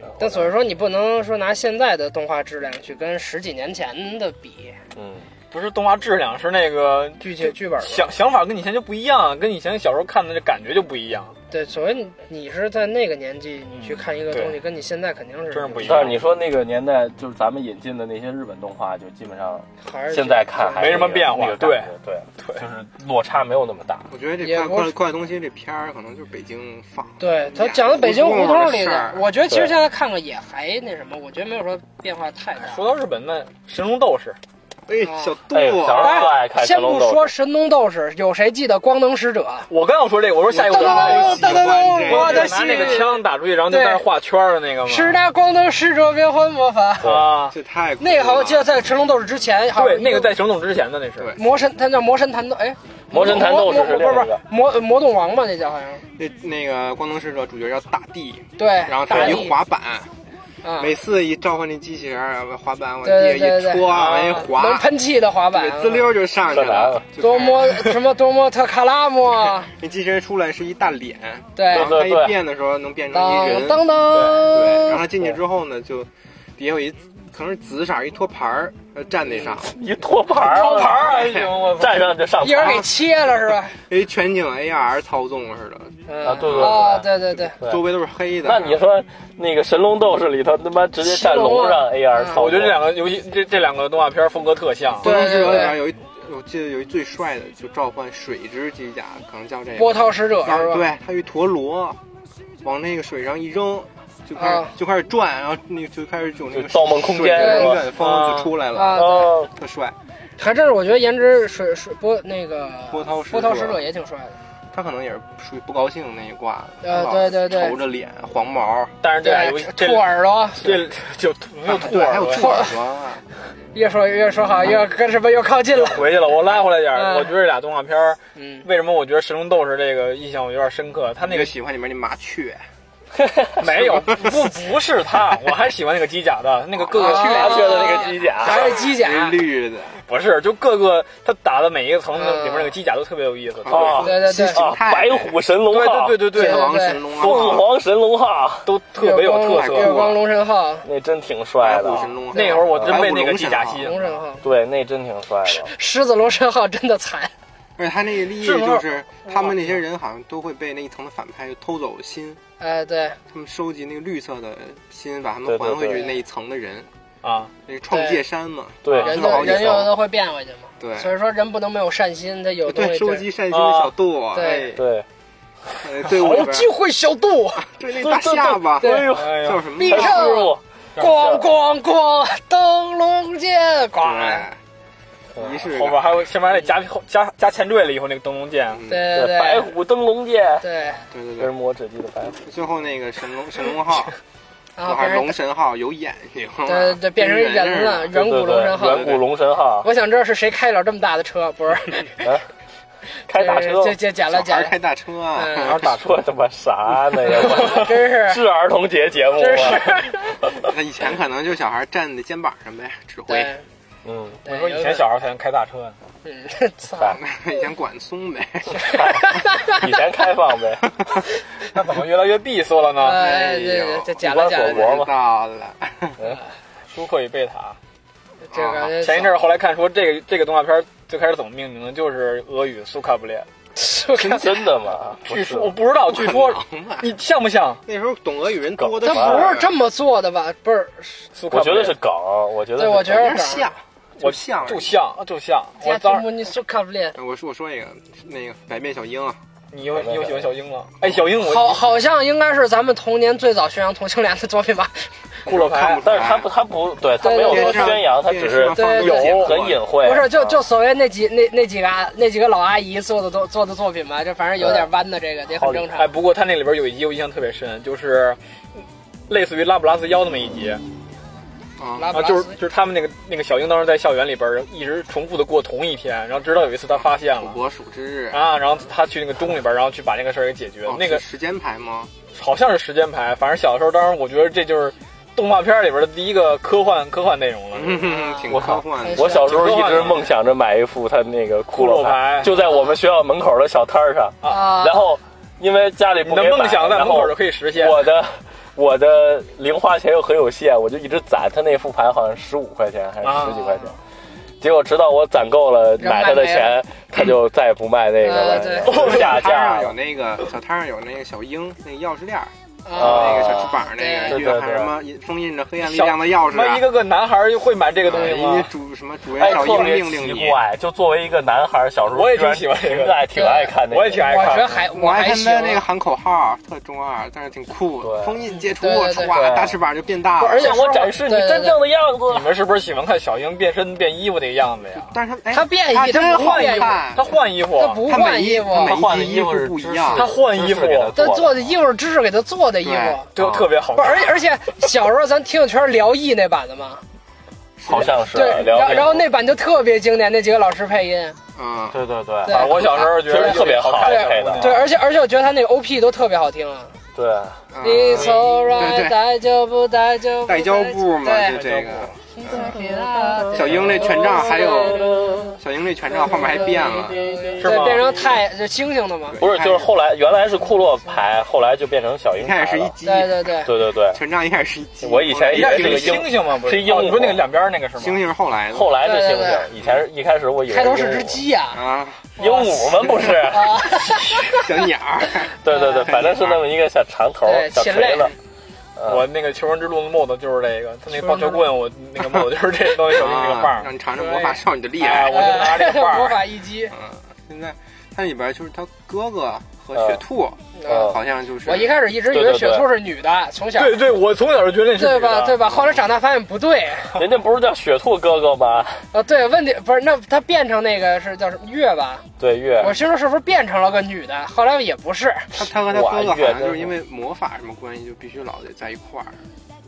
个，
但所以说，你不能说拿现在的动画质量去跟十几年前的比，
嗯，
不是动画质量，是那个
剧情剧本嘛
想想法跟以前就不一样，跟以前小时候看的这感觉就不一样。
对，所谓你你是在那个年纪，你去看一个东西，跟你现在肯定是
真是不一样
但是你说那个年代，就是咱们引进的那些日本动画，就基本上
还是
现在看还
没什么变化
对对
对
就是落差没有那么大。
我觉得这
也
快
不
快快乐东西这片儿可能就是北京放，
对他讲的北京胡同里
胡同的事
的，
儿
我觉得其实
对
现在看了也还那什么，我觉得没有说变化太 大。
说到日本，那《神龙斗士
哎，小杜
哎，小时候特爱看《
先
神
不
龙斗
说
士
神农斗士，有谁记得光能使者？》，
我刚要说这个，我说
啊
下一个我就
噔噔
当
说
当
噔噔噔，
我
我
的
的
拿那个
心
枪打出去，然后就在那画圈儿的那
嗯
个嘛。
是那光能使者变换魔法。
啊，
这太酷
那个好
了
像记得在神龙斗士之前，好像
对，那个在《神龙斗士》之前的那是。
对
魔神，他叫魔神弹斗，哎，
魔神弹斗士是
魔魔
另
不是
一个
不是魔魔动王吧？那叫好像
那那个光能使者主角叫大地，
对，
然后
打
他
力
一滑板，
啊，
每次一召唤那机器人儿，滑板往
对
地
对
下
对
一
对，
戳，
啊
往一
能
滑，
喷气的滑板啊
对，，滋溜就上去
特难
了
了。
就
多
开
么什么多么特卡拉莫，
那机器人出来是一大脸，
对
然，后他
对对
一变的时候能变成一
当
人，
当
对，然后
当，
他进去之后呢，就底下有一可能是紫色一托盘儿，呃站那上，
嗯
一托盘儿，
掏牌儿啊还行，我操！
站上就上
一人
牌
给切了是吧？
跟一哎全景 AR 操纵似的，
嗯
啊对对对
啊对对对，
对
周围都是黑的。
那你说那个《神龙斗士》里头他妈直接站龙上 AR 操作，
我觉得这两个游戏，这这两个动画片儿风格特像。
对
光能使者
对
里边有一，我记得有一最帅的，就召唤水之机甲，可能叫这个。
波涛使者
然后
是吧？
对，他一陀螺往那个水上一扔，就开始
啊
就开始转，然后那就开始有那
就
个
盗梦空
水
间
的
是吧
远方就出来了，
啊，对
哦，
特帅。
还真是，我觉得颜值水水波那个
波涛使者
波涛使者也挺帅的。
他可能也是属于不高兴那一挂的，
呃
老
对对对
愁着脸，黄毛，
但是这俩游戏，这
兔耳朵，
这就没有兔
啊对，还
耳
有
朵。
兔耳朵，
越说越说好，越跟什么又靠近了。
回去了，我拉回来点儿。
嗯
我觉得这俩动画片儿，
嗯，
为什么我觉得《神龙斗士》这个印象我有点深刻？他
那
那
个
个
喜欢里面那麻雀，
没有，不不是他，我还喜欢那个机甲的，那个各个
啊
麻雀的那个机甲，
还是机甲，
那绿的，
不是，就各个他打的每一个层
嗯
里面那个机甲都特别有意思。
哦
对对对
形
啊，
态
白虎神龙号，
对对对对
对
天
对，
王神龙
凤
啊，
凰神龙号，
都特别有特
月光月
色。
光龙神号，
那真挺帅
白
的
虎。神龙啊，啊
那会儿我真被那个机甲吸
嗯
引
龙神号，
对，那真挺帅 的。
狮子龙神号真的惨。
而且他那个利益
是不是
就是
嗯
他们那些人好像都会被那一层的反派偷走心，
哎，对，
他们收集那个绿色的心，把他们
对对
还回去
对
那一层的人，
啊，
那个创界山嘛，
对，
人
是好
就
几层
人有的会变回去嘛，
对
所以说人不能没有善心，他有东
对，
西
收集善心的小度，
对
哎，
啊对，
呃队伍里边，
哦会小度，
对那大下巴
对，哎呦，
哎
叫
呀，
什么
闭
他
来着？
上
师傅，
咣咣咣，灯笼剑，咣，
对，仪式
后边
感，
还有下面还得加后加加前缀了以后那个灯笼剑，呃
嗯
对
对，白
对
虎灯笼剑，
对，
对对
这是
对，
魔指记的白虎。
最后那个神龙神龙 号，
啊，
还
变
是
成
龙啊神号有眼睛，
对对对，变成
跟
人
似的
了，，远古
对
龙神号
对。远古龙神号，
我想知道是谁开了这么大的车，不是？
开大车，
这这捡了
小
捡
孩
了，
开大车啊，
嗯
然后打出
说他妈啥呢呀？ 我
真是
是儿童节
啊
节目
真
吗？
是，
那以前可能就小孩站在肩膀上呗，指挥，
对，
嗯，
我
对
说以前小，孩才能开大车呢，
有点嗯，操，
嗨，
以前管松呗，
以前开放呗，
那怎么越来越闭塞了呢？
哎，对对，这捡了
关
捡了
锁
捡了。
国
知
嘛。
道了，
舒克与贝塔。
这个
前一阵儿后来看说这个这个动画片儿最开始怎么命名的，就是俄语苏卡布列，
儿，
真的吗？不
据
是
说我不知道，据说
不可能吧
你像不像
那时候懂俄语人多的
他
是，
不是这么做的吧？不是，
苏卡
我
布列？
觉得是梗，我觉得
对，我觉
有
得
点像，
啊
我
就像
就像啊就像我
加图
当时
姆尼苏卡布列，
我说我说一个那个百变小樱啊，
你又你又喜欢小樱了？哎，小樱我
好，好像应该是咱们童年最早宣扬同性恋的作品吧？
骷髅
看
牌
不出
但
来
是他不，他不对，他没有
电
说
视上
宣扬，他只是
电视上放
对
节目
很隐晦。
不是，就
嗯
啊
就所谓那几那那几个啊那几个老阿姨做的作做的作品吧，就反正有点弯的这个，也很正常
哎，。不过他那里边有一集我印象特别深，就是类似于拉普拉斯妖那么一集
啊
拉布
啊，
拉
就是
斯
就是他们那个那个小樱当时在校园里边儿一直重复的过同一天，然后直到有一次他发现
楚
了
国暑之日，
啊，然后他去那个钟里边儿，然后去把那个事儿给解决。
哦
那个
是时间牌 吗？
好像是时间牌，反正小的时候，当然我觉得这就是动画片儿里边儿的第一个科幻科幻内容了。
嗯，哼哼挺
我
科
靠
幻 的。
我小时候一直梦想着买一副他那个骷
骷
髅
髅牌
就在我们学校门口的小摊儿上。
啊
然后因为家里
你
不
的
给买
梦想在门口
然
就
后
可以实现。
我的我的零花钱又很有限，我就一直攒他那副牌，好像十五块钱还是
啊
十几块钱。结果直到我攒够了买他的钱，他就再也不卖那个
啊对
了，就下
小摊
架
上有
了。
那个小摊上有那个小鹰，那个钥匙链儿，
啊
啊
那个小翅膀儿那个
对
月
对
还
对
有什么封印着黑暗力
小
量的钥匙
妈
啊
一，个个男孩儿会买这个东西
啊因为
吗？
主什么主
哎
人，小
特
鹰
别
命令
奇
你。
怪，就作为一个男孩儿，小时候
我也挺喜欢这个
挺爱挺爱看那个，
我也挺爱
我觉得
看。
还
我
还
还看
行啊
他那个喊口号，特中二，但是挺酷的。
对
封印解除，
对对
我
对
歘，
对
大翅膀就变大
不是而
了。
且
向我展示你
对对对
真正的样子
你。们是不是喜欢看小樱变身变衣服那个样子呀？
但是他哎，
他变
他
异他
真
不
好
换衣服
看，
他换衣服，
他不
他
换
每
衣
一
服，
他
他
每
换的
一
衣
衣服
服是
不一
知识
样。
他换衣服
知识给他
他
做的
做的衣服是知识给他做的衣
对
服，
就特别好
不是，
看。
而而且小时候咱听友圈聊艺那版的嘛，
好像是
对，然
聊
后
那个
然后那版就特别经典，那几个老师配音，
嗯，
对对对
对
反正啊我小时候觉得
其实特别好看
这个
配的
对，而且而且我觉得他那个 OP 都特别好听啊，
对，
你
嗯，
走
对
来
对
带就不带就不
带胶布嘛，就
对，
这个。小
小
鹰那权杖还有，小鹰那权杖后面还变了。
是
对
吗
变成太就星星的嘛，
对
不是就是后来原来是库洛牌，后来就变成小
一
樱牌
开
了。
始是一鸡，
对对对，
对对对，
权杖一开始是一鸡。
我以前
那是
也这
哎个
个
星星吗？不是
是，鹦鹉
哦你说那个两边儿那个是吗？
星星是后来的
后来是
对
星
对
星，以前是一开始我以为
开头
是
是只鸡呀，
啊，
鹦鹉 们不是？
啊，
小鸟儿。啊
对对对，反正是那么一个小长头
对
小
禽
锤
类
子。嗯
我那个求生之路的帽子就是这个，他那棒球棍，我那个帽子就是这东西，小樱那个棒
啊，
儿
让。你尝尝魔法少女的厉
哎
害。
我就拿这个棒儿
魔法一击，
嗯，现在它里边就是他哥哥和雪兔，
嗯
好像就是
我一开始一直以为雪兔是女的，从 小
对对，我从小就觉得那是
对
女
吧
的
对吧？后来长大发现不对，
人家不是叫雪兔哥哥吗？
啊对，问题不是那他变成那个是叫什么月吧？
对月
我心说是不是变成了个女的？后来也不是，
他他和他
哇
哥哥好
越
像
真
就是因为魔法什么关系，就必须老得在一块儿，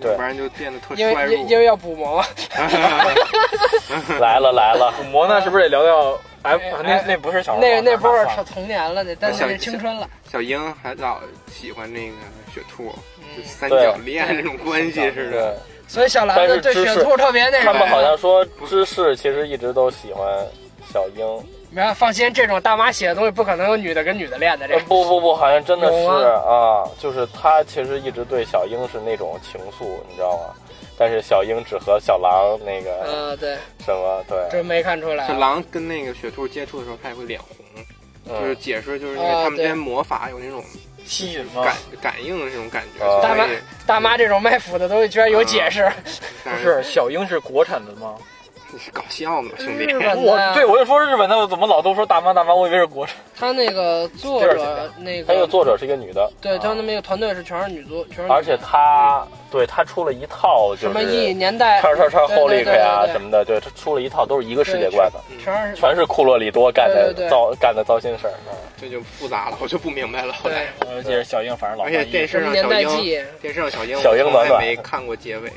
对
要不然就变得特
因
衰
为
弱
因。因为要补啊魔嘛。
来了 来了，
古魔呢，是不是得聊聊？哎
哎，
那那不是小时候
那
看的
那不是
算了
童年了，那但是
小
那青春了。
小樱还老喜欢那个雪兔，就
嗯，
三角恋这种关系似的。
对，
所以小兰
但
子
是
对
知
雪
识
兔特别那
他
什么。
们好像说芝士其实一直都喜欢小樱，
没有放心，这种大妈写的东西不可能有女的跟女的练的这
呃
个。
不不不，好像真的是
有
啊，就是他其实一直对小樱是那种情愫，你知道吗？但是小樱只和小狼那个
嗯，对，
什么
这
对，
没看出来
这。狼跟那个雪兔接触的时候，它也会脸红，就是
嗯，
解释就是因
啊
为他们之间魔法有那种
吸引吗？
感感应的那种感觉，
啊
所
大
以
大妈这种卖腐的东西居然有解释，
嗯
但
不是小樱是国产的吗？
你是搞笑呢，兄弟
日。本的
我
呀
对我就说日本的，我怎么老都说大妈大妈？我以为是国产。
他那个作
第二
者那
他这
个，
个作者是一个女的，
对
啊
他们那个团队是全是女作，全是女
而且他对他出了一套就
什么一
是
年代
叉叉叉
对对
Holic 呀
对对对
什么的，对他出了一套都是一个世界观的，
全是
全是库洛里多干
对对对
的糟干的糟心事儿。
这就复杂了，我就不明白了。后来
对，
我记得小樱反正老
而且
看
电
一
视
什么
上
年
小
代
樱，
记忆，
电视上小樱，
小樱
我
暖
从来
暖
没看过结尾。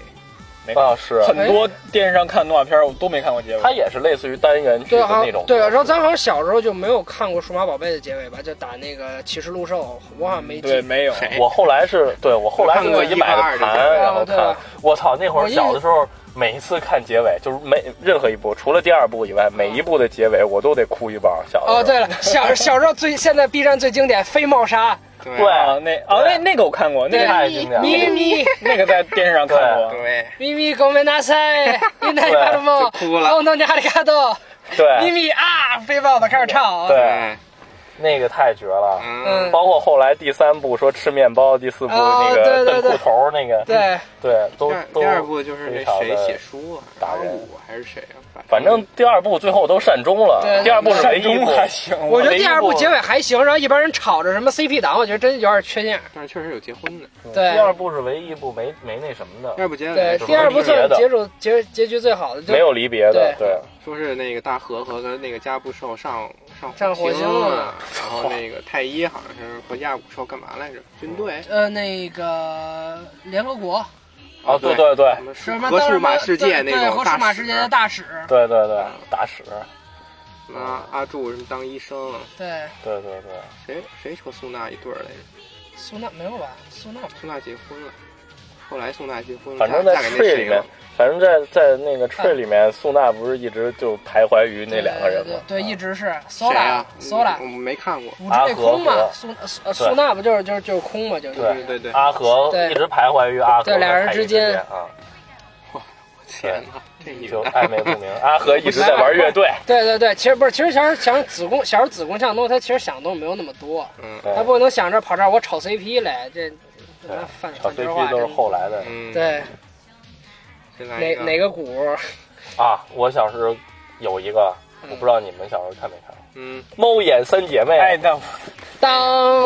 没
啊，是啊
很多电视上看动画片儿我都没看过结尾。
他也是类似于单元剧
对，
的
好
那种
像对，然后咱好像小时候就没有看过《数码宝贝》的结尾吧，就打那个骑士陆兽，我好像没
对，
记。
没有。
谁
我后来是对我后来是自己买的盘，然后看。我操，那会儿小的时候，每一次看结尾，就是每任何一部，除了第二部以外，每一部的结尾我都得哭一包。小
哦，
的时候，
对了，小小时候最现在 B 站最经典飞帽鲨，
对
对
啊，那啊那那个我看过，那
对
个
太经典了。
咪咪
那个在电视上看过。
对，
咪咪ごめんな さい，みんなになるもん
就哭了
どうもありがとう咪
对
咪啊，飞豹子开始唱。
哎对，
对，
那个太绝了。
嗯，
嗯，哦
包括后来第三部说吃面包，第四部那个蹬裤头那个，
对，
对，都
第二
都
第二部就是那
非常
谁
的
写书啊，
打人
武还是谁啊？
反正第二部最后都善终了
对，
第二部是唯
善
一
终
部。
还行，
我觉得
唯一
第二部
部
结尾还行，然后一般人吵着什么 CP 党，我觉得真有点缺心眼儿。
但是确实有结婚的。
对
第二部是唯一一部没没那什么的
第，二部结尾
对，
是
第二部
是
算是
别的
结束结结局最好的，就
没有离别的，
对
对，
说是那个大和和跟那个加布兽上上
上火星
了
了，
然后那个太一好像是和亚古兽干嘛来着？军队
呃，那个呃联合国
啊，对对对
什么
是什么
和
当
数
时
码世界那
对
种
和数码
大
世
使啊
界的大使，
对对对，大使，
什么啊阿柱什么当医生，啊
对
对对对，
谁谁和宋娜一对儿来着？
苏娜没有吧？苏娜
宋娜结婚了，后来宋娜结婚了，
反正
嫁嫁
在
给那
Tree
谁啊
里面
了？，
反正在在那个 Tree 里面，素娜不是一直就徘徊于那两个人
对
吗嗯
对？对，一直是
谁啊
Sola Sola
我。没看过。
五只内空
阿
嘛，
和
苏苏呃苏娜不就是就是就是空嘛，就是
对
嗯对啊对对，
阿和
对
一直徘徊于阿和
对俩人
和凯莉
之间
啊，
天哪，这女
就
的
暧昧不明。阿和一直在玩乐队，
对对对，其实不是，其实想想子宫，小时候子宫像东西，他其实想的东西没有那么多，
嗯
对
他不可能想着跑这儿我炒 CP 来，这这他
哎
妈犯
小
犯这
飞机
话
都是
真
后来的
嗯，
对
这来
哪
一个
哪个股
啊。我小时候有一个，我不知道你们小时候看没看，
嗯，
《猫眼三姐妹》 啊
哎，那
当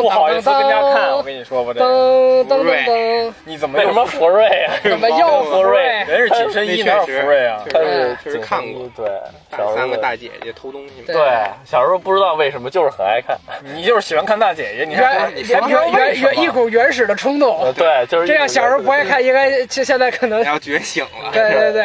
不好意思跟大家看，我
当
跟你说吧，这个
当当
福瑞
当当，
你怎么
为
又
什么福瑞啊？
怎么又
福瑞
瑞？
人是紧身衣， 哪有
那确实
福瑞啊？
确
他
实
是
确实看过
对，
大
小时
三
候
个大姐姐偷东西嘛
对，
对，小时候不知道为什么，就是很爱看。
你就是喜欢看大姐姐，你看
原
你
原
说原
原原原一股原始的冲
呃，
动，
对，就是
哦这样
一直
小时候不爱看，应该现现 在可能
然后觉醒了。
对对对，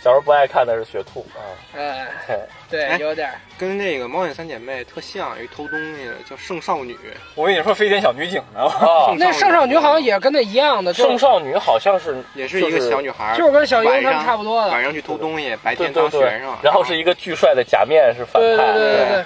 小时候不爱看的是雪兔啊，
呃，
嘿
对，有点儿
跟那个猫眼三姐妹特像，有一偷东西的叫圣少女，
我跟你说飞天小女警呢，
啊，
那圣少女好像也跟那一样的，就
圣
是
少女好像是
也是一个小女孩儿，
就是跟小樱
晚
他们
上
差不多的。
晚上去偷东西，白
对
天
对
当
对
学生，，啊
然后是一个巨帅的假面是反
对对
派，
对对对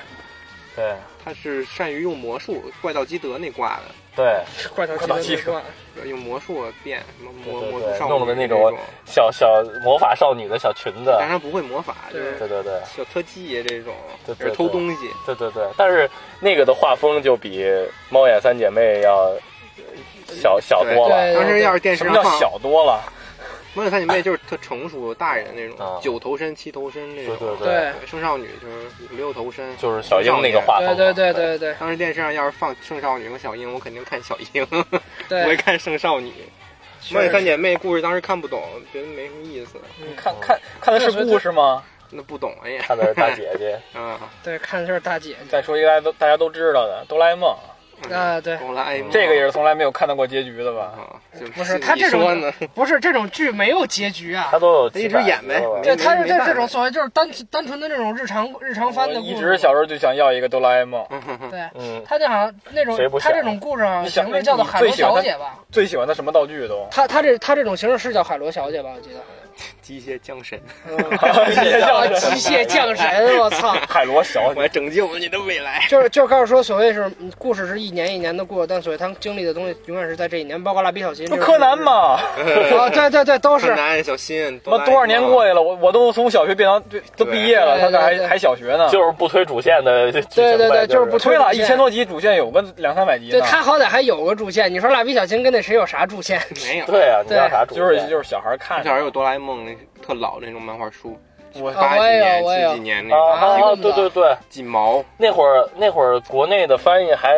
对
她是善于用魔术，怪盗基德那挂的，呃
对，
对，怪头
怪头
奇
机
怪，
用魔术变什么魔
对对
魔
对
术少女
弄的那
那
种呃小小魔法少女的小裙子，
但是她不会魔法，就
对
是
对对对
小特技啊这种，
对
就是
对
偷
对
东西，
对对对，但是那个的画风就比猫眼三姐妹要小小多
哎对
了
当时要是电视
什
上
么叫
放
小多了？
猫眼三姐妹就是特成熟大人那
啊
种，九头身、七头身那
对
种。啊
对对
对
对圣少女就是五六头身，
就是小樱那个画风嘛，
对对对对对
当时电视上要是放圣少女和小樱，我肯定看小樱，不会
对，
看圣少女。猫眼三姐妹故事当时看不懂，觉得没什么意思，
看看看的是故事吗？
那不懂哎呀。
看的是大姐 姐，
啊，
对看的就是大姐
再说一个大家都大家都知道的《哆啦 A 梦
啊，对，
哆啦 A 梦
这个也是从来没有看到过结局的吧？
啊，就
不是他
你
这种
说呢，
不是这种剧没有结局啊
她。都有嗯
她一
几
直
百
演呗
集了吧
没
对，他是
没
这
办法
这种所谓就是单单纯的这种日常日常番
我
的故事。
一直小时候就想要一个哆啦 A 梦，
对，
嗯，
他那好像那种
谁不
他
想
这种故事好像
你想
形式叫做
你
海螺
最喜欢
小
的
姐吧？？
最喜欢的什么道具都
他他这他这种形式是叫海螺小姐吧？我记得好
机械降 神，
像。啊，机械降神，我操！
海螺小
我
姐
要拯救你的未来。
就是就是告诉说，所谓是嗯故事是一年一年的过，但所谓他们经历的东西永远是在这一年，包括蜡笔小新。
不柯南？嘛，
啊，对对对，都
柯
是。
南、小新，哆
妈
啦 A 梦
多少年过去了，我我都从小学变成都毕业了，
对
他这
对对
还还小学呢。
就是不推主线的剧情
对
呗，
对对，
就是
不
推了
主
一
线
千。多集，主线有个两三百集
对
呢。
他好歹还有个主线，你说蜡笔小新跟那谁有啥主线？
没有。
对啊，你要
对
啥主
就是
线？
就是小孩看
我小时候有哆啦 A 梦那特老那种漫画书，
我
八几
哦啊我也有
年、
我也有
七几年那
啊
个
啊啊！
用
对
的
对对，
几毛，
那会儿那会儿国内的翻译还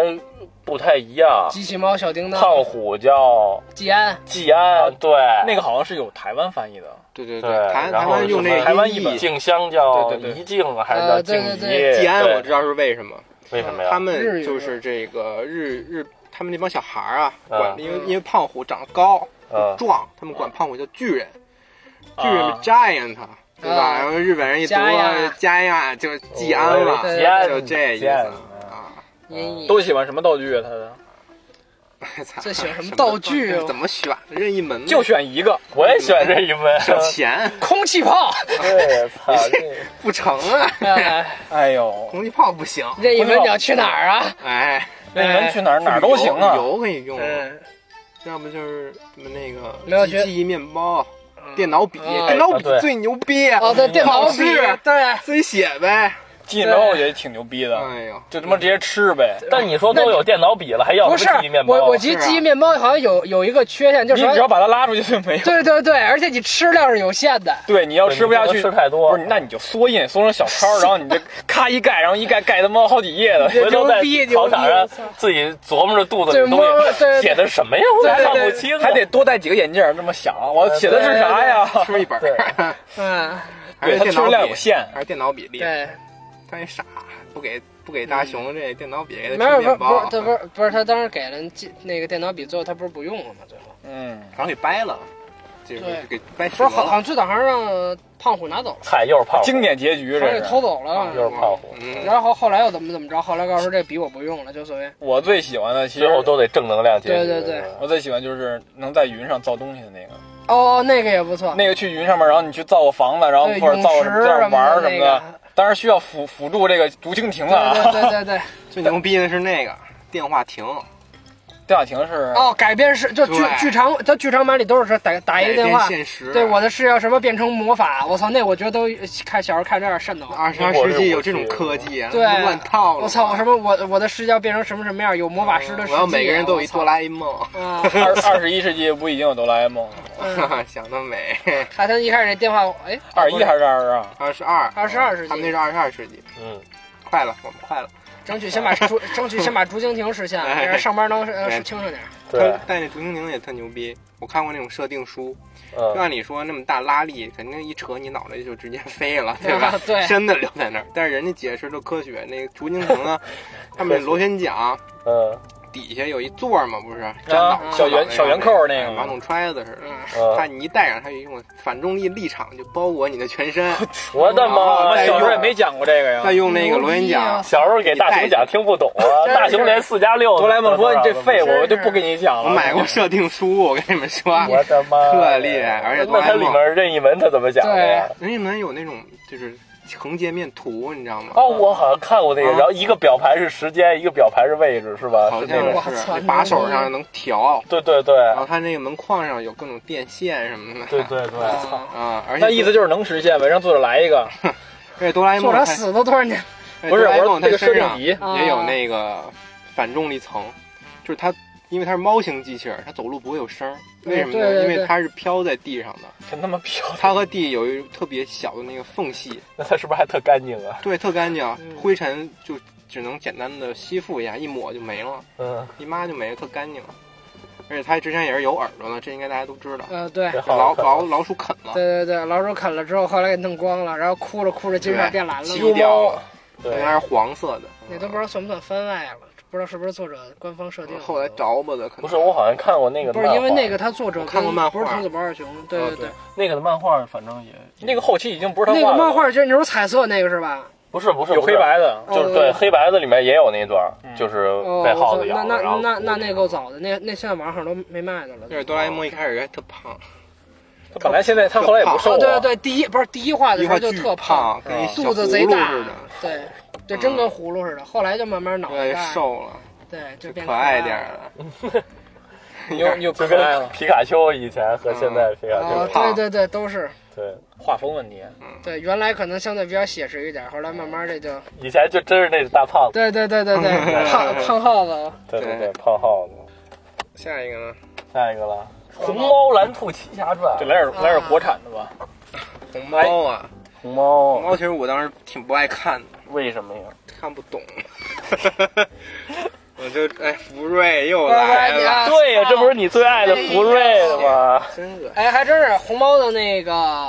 不太一样，
机器猫、小叮当、
胖虎叫
季安，
季安，对，
啊
那个好像是有台湾翻译的，
对对
对
台
然
台
后
湾用
什
那
么
个
台湾
音
译
译
本
静香叫
对对对
怡静啊还是
呃
叫
对
静
对
怡？
季安，
对
我知道是为什么，
为什么呀？
他
日
们
语
就是这个日日，他们那帮小孩儿啊，
啊
管因为因为胖虎长得高
啊
壮，他们管胖虎叫巨人，巨人
啊
giant，对吧？
啊
然后日本人一读
加呀
加呀，就是季安
对
了，
对
季安
就这意
季安
思啊。
音译
都喜欢什么道具啊？他的
操
这选什么
么
道具啊
怎么选？任意门吗
就选一个，
我也喜欢这一门，
省钱
空气炮。
对，操，这
不成啊，
哎
哎呦，
空气炮不行，
任意门你要去哪儿 啊？
哎，
那你们去哪儿哪儿都行啊
旅。游哦可以用，
嗯，
要不就是什么那个
没有
记
觉
记忆面包、啊电脑笔，
啊
电脑
哎
啊
笔
对
最牛逼，
哦，对，电脑
考
笔
试，
对，
自己写呗。
进门我觉得挺牛逼的，
哎呦，
就他妈直接吃呗。
但你说都有电脑笔了，还要
不
什
是
么记忆面包？
我，我记得
是啊
记忆面包好像有有一个缺陷，就
你
是
只要把它拉出去就没有。
对对对，而且你吃量是有限的。
对，你要吃不下
你
去，
不能吃太多
不是，那你就缩印，缩成小抄，然后你这咔一盖，然后一盖盖他妈好几页的。
回头
牛
在
逼
考场
牛
上
逼我操
自己琢磨着肚子
对
里 东
摸对对
西写的什么呀？我
对对
看不
对
清啊，
还得多戴几个眼镜儿，这么想，我写的是啥呀？
吃一本
对
儿，
嗯，
还
对
是电
它确实
脑
量有
比，
限，
还是电脑比例。
对，嗯
他那傻，不给不给大熊这电脑笔，给
没
他吃
有，不是
面
不
包嗯
是，，他不是不是，他当时给了记那个电脑笔，最后他不是不用了吗？最后
嗯，
好像给掰了，就是
对
给掰
不
折
是好好
了。
像最早还是让胖虎拿走了，
嗨，又是胖虎，
经典结局
还是
这
给
是。
偷走了。
又是胖虎，
嗯，
然后后来又怎么怎么着？后来告诉说这笔我不用了，就所谓
我最喜欢的其实
最后都得正能量结局。
对对对
是吧
我最喜欢就是能在云上造东西的那个，
哦，那个也不错，
那个去云上面，然后你去造个房子，然后
对
或者造个
泳
什
池
么在那
什
玩儿什么
么的
的，当然需要辅辅助这个竹蜻蜓了
那个，对对
啊。
对对对。
最牛逼的是那个电话亭，
邓小婷是
哦，改编是就剧
对
剧场，它剧场版里都是说打打一个电
改
话
变，现实。
对我的事要什么变成魔法，我操，那我觉得都看小时候看着有点瘆得慌。
二十二世纪有这种科技啊，
对
乱套了。嗯
我操！我什么我我的世界要变成什么什么样？有魔法师的世界。啊
我要每个人都有一哆啦 A 梦，
我操啊！
二二十一世纪不已经有哆啦 A 梦了吗？
嗯
想得美。
海滩一开始那电话，哎，
二一还是二十啊二？
二十二，
二十二世
他们那
纪，
是二十二世纪，
嗯，
快了，我们快了。
争取先把 竹，争取先把竹蜻蜓实现，
哎
让上班能
哎
呃清楚点儿。
对，
但那竹蜻蜓也特牛逼，我看过那种设定书，就
嗯，
按理说那么大拉力，肯定一扯你脑袋就直接飞了，对吧？
对
真的留在那儿。但是人家解释都科学，那个竹蜻蜓 啊，他们那螺旋桨
嗯，
底下有一座儿嘛，不是粘脑
啊，小圆小圆扣儿那个
哎马桶揣子似的。
嗯，
它
嗯，
你一戴上，它有一种反重力立场，就包裹你的全 身。
我的
我
妈
们
哎
小时候
呀！
也没讲过这个
再
呀。
用那个螺旋
啊
桨，
小时候给大熊讲听不懂啊，
真是
大熊连四加六，
哆啦 A 梦说你这废物，
真是
我就不给你讲
我
了。
买过设定书，我跟你们说，
我的妈呀，
特厉害而且哆啦
那
A
它
梦
里面任意门它怎么讲的呀？
人家门有那种就是横截面图，你知道吗？
哦，我好像看过那个，
啊
然后一个表盘是时间，一个表盘是位置，是吧？
好
是
像
那
是
种。
我操
你把手上能调，
对对对
然后它那个门框上有各种电线什么的。
对 对对，
啊
啊，而且
那意思就是能实现呗，让作者来一个，
而且哆啦 A
做
梦它
成死都突然间，
哎
不是
哆啦 A
我说
梦它
这个设
身
定
上
仪，
啊
也有那个反重力层，就是它因为它是猫型机器人，它走路不会有声儿，为什么
对
呢？
对
因
对
为它是飘在地上的，
真他妈飘！
它和地有一特别小的那个缝隙，
那它是不是还特干净啊？
对，特干净
嗯，
灰尘就只能简单的吸附一下，一抹就没了。
嗯，
姨妈就没了，特干净。而且它之前也是有耳朵的，这应该大家都知道。
呃，对
这
被
好
老
看
老老鼠啃了，
对对对，老鼠啃了之后，后来给弄光了，然后哭着哭着金发变蓝了
漆
嘛，
掉了，
对
原，来是黄色的。
那都不知道算不算番外了，不知道是不是作者官方设定
嗯
的。
后来着吧的，可能
不是，我好像看过那个
不
漫
是
画，
因为那个他作者
我看过
跟
漫
不是
画
藤子不二雄，对
哦
对
对，
那个的漫画，反正也
那个后期已经不是他
那
画
个
的
漫
了
画就是你说彩色那个是吧？
不是不是
有黑，白 的，
不是就是
哦
对黑白的里面也有那一段
嗯，
就是
呃
哦，
被耗子
那
咬了，
那
然后
那那那那够早的，那那现在网上都没卖的了。哦
就是哆啦 A 梦一开始还特胖，
他本来现在他后来也不瘦
哦，对
了
对，对，第一不是第一画的
一
时候
块
就
巨
特，
胖，跟啊一小
肚子
葫
贼
芦
大
似的，，
对对，
嗯
真跟葫芦似的。后来就慢慢脑袋
对，
大，
瘦了，
对，就
就
变
可爱
了
点儿。了。
你又你又
就
可爱
跟
了，
皮卡丘以前和现在皮卡
哦，
丘，
对
胖
对对，都是
对，
画风问题。
对，原来可能相对比较写实一点，后来慢慢的就，
以前就真是那大胖
哦
子，
对对对对 对，胖胖耗子，啊
对对
对
对，胖耗子。
下一个呢？
下一个了，《红猫蓝兔七侠传
这》，来点来点国产的吧，
红猫啊，
红猫
红猫其实我当时挺不爱看的，
为什么呀？
看不懂。 我就哎，福瑞又
乖乖
来
你啊
了，
对呀，这不是你最爱的福瑞的吗？
真恶心。
哎，还真是红猫的那个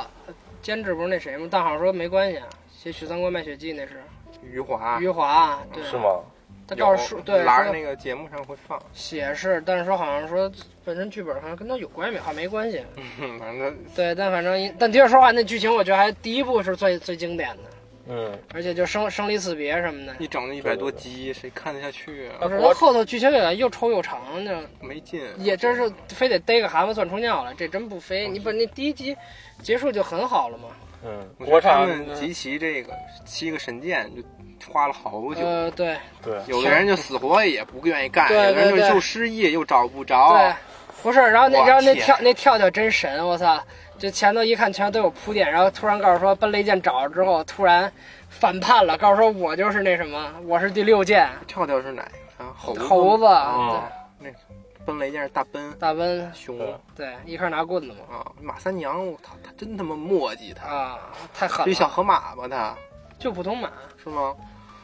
监制不是那谁吗？但好像说没关系啊，写《许三观卖血记》那是
余华，
余华，啊对，
啊是吗？
他
有
告诉说对
栏儿
说
那个节目上会放，
写是，但是说好像说本身剧本好像跟他有关系，好像没关系。
嗯反正
对，但反正一但的确说话，那剧情我觉得还第一部是最最经典的，
嗯，
而且就生生离死别什么的。
一整那一百多集，谁看得下去啊
不？是，
我
他后头剧情有点又抽又长，就
没劲。啊
也真是非得逮个蛤蟆钻出尿来，这真不飞。
哦
你不那第一集结束就很好了嘛？
嗯，
我觉得他
国
们
产
集齐这个七个神剑，就花了好久。
呃，对
对，
有的人就死活也不愿意干，
对对
有的人
对
就又失忆又找不
对
着。，
不是，然后那
哦我
然后那
天
跳那跳跳真神，我操！就前头一看全都有铺垫，然后突然告诉说奔雷剑找着之后，突然反叛了，告诉说我就是那什么，我是第六剑
跳跳是哪个？啊，猴子。
猴子，
啊，那个奔雷剑是大奔
对，大奔，
熊
对
对，一开始拿棍子嘛，
啊，马三娘，我操，他真他妈墨迹他，
啊，太狠
就一小
了，
河马吧，他
就普通马，
是吗？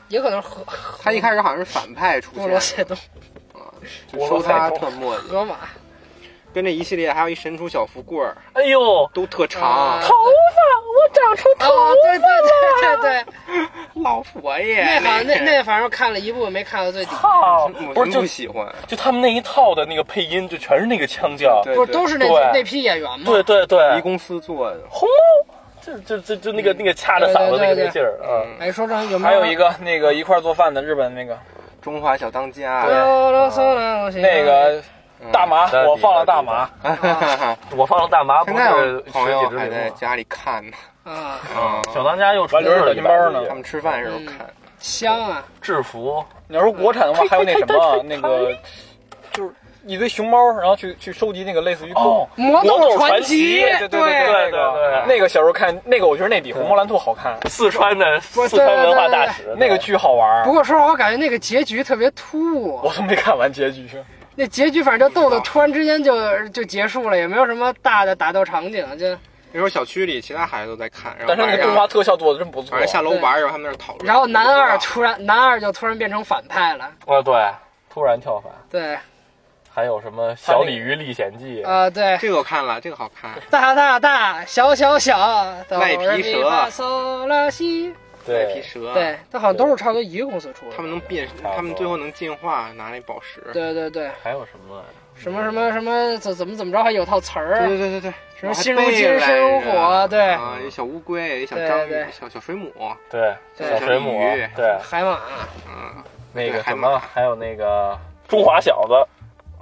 也可能是河
他一开始好像是反派出
波罗
现
塞冬
的，啊，就收他特墨迹。
河马，
跟这一系列还有一神厨小福棍儿，
哎呦，
都特长
啊
头发，我
长出头
哦，对对
对
对
对对，
对，老佛爷，
那好像那
哎个
那反正看了一部没看到最底，
操
我，
不是
真
就
不喜欢，
就他们那一套的那个配音，就全是那个腔调。
对
不是都是那
对
那批演员吗？
对对对
嗯
一，公司做的，
轰！就就就就那个那个掐着嗓子那个那个劲儿啊。嗯
哎，说正有没
还
有
有一个那个一块儿做饭的日本那个
中华小当
啊
家，
那个
嗯
大麻
嗯，
我放了大麻，
啊
我放了大麻，不
现在
是
我
十
朋友
几只
还在
牛吗？
家里看呢，
啊，
啊，
小当家又出
完了
了
小
一
金包呢
他们吃饭的时候看，
香啊，
制 服，
你要说国产的话，还有那什么那个，就是一堆熊猫，然后去去收集那个类似于
哦
狗
魔
斗
传
奇，对
对
对对
对对对
那个小时候看那个，我觉得那比《虹猫蓝兔》好看，
四川的
我
四川文化大使，
那个巨好玩儿
不。过说实话，我感觉那个结局特别突兀，
我都没看完结局，
那结局反正就逗的突然之间就就结束了，也没有什么大的打斗场景，就
那时候小区里其他孩子都在看，然后
但是
晚
那个
上
动画特效做的真不错
晚。上下楼玩儿的时候他们那儿讨论，
然后男二
出
突然男二就突然变成反派了，
啊对，突然跳反，
对，
还有什么小鲤鱼历险记，
啊对，
这个我看了，这个好看，
大大大，小小小，哆
赖皮
来咪
蛇
发嗦拉西，
赖
对，
皮蛇，
对，它好像都是差不多一个公司出的。
啊他们能变，他们最后能进化，拿那宝石，
对对对，
还有什么来着？
什么什么什么怎怎么怎么着，还有套词
对对
儿，啊
对对对，
什么
我还
心如
背
金，
来
身如
着
火，对，
啊，有小乌龟，有小
对
章
对
鱼，小小水母，
对，
对
小水母
小鲤鱼，
对，
海马，
嗯，
那
对
个
海
什
马
么，还有那个中华小子，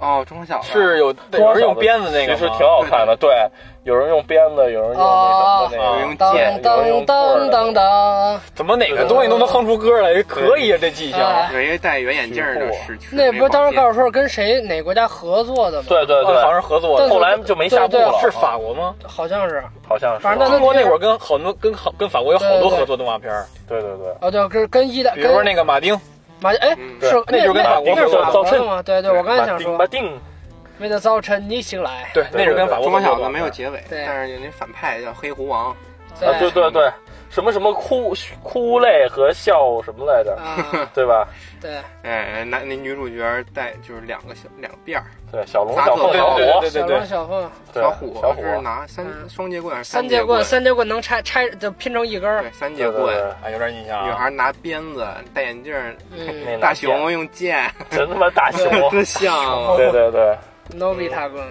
哦，中小子
是有有人用鞭子那个吗，
其实挺好看的。对，有人用鞭子，有人用那什么的
有
那
人用
个。
当
剑，
当当当当，
怎么哪个东西都能哼出歌来，可以啊，这技
哎
巧。
有一个戴圆眼镜儿的
取货
是去
那不是当时
宝
告诉说是跟谁哪国家合作的吗？
对对
哦好像是
对，
合作
但
的，
是
后来就没下部
对
了，
是法国吗？
好像是，
好像是啊吧，
反正
中国那会儿跟好多跟好跟法国有好多合作动画片儿，
对对对，
哦对，跟跟意大，
比如说
跟
那个马丁，
马哎
嗯，
是
那就是跟法国
那是
合作
法
造
国的
衬
吗？对对，我刚才想说
马，丁，
为了早晨你醒来，
对，那是跟法
石
国
中华
合作的
小子没有结尾，
对
但是有那反派叫黑狐王，
啊对对对，什么什么哭哭泪和笑什么来着，
啊，
对吧？
对，
哎，男那女主角戴就是两个小两个辫儿，
对，小龙、
法
小
国
凤、
对
小
对
虎，
对对
小
对
龙小凤，
对
小虎
小虎
是拿三双截棍还是
嗯三
节
节棍，三节棍能拆拆就拼成一根儿
对，三
对
节
对
棍，
对，
啊，有点印象
女
啊。
孩拿鞭子戴眼镜儿，
嗯
那
大
拿剑
熊用 剑，
真他妈大熊，
多像啊！
对 对对，
，no 比他棍，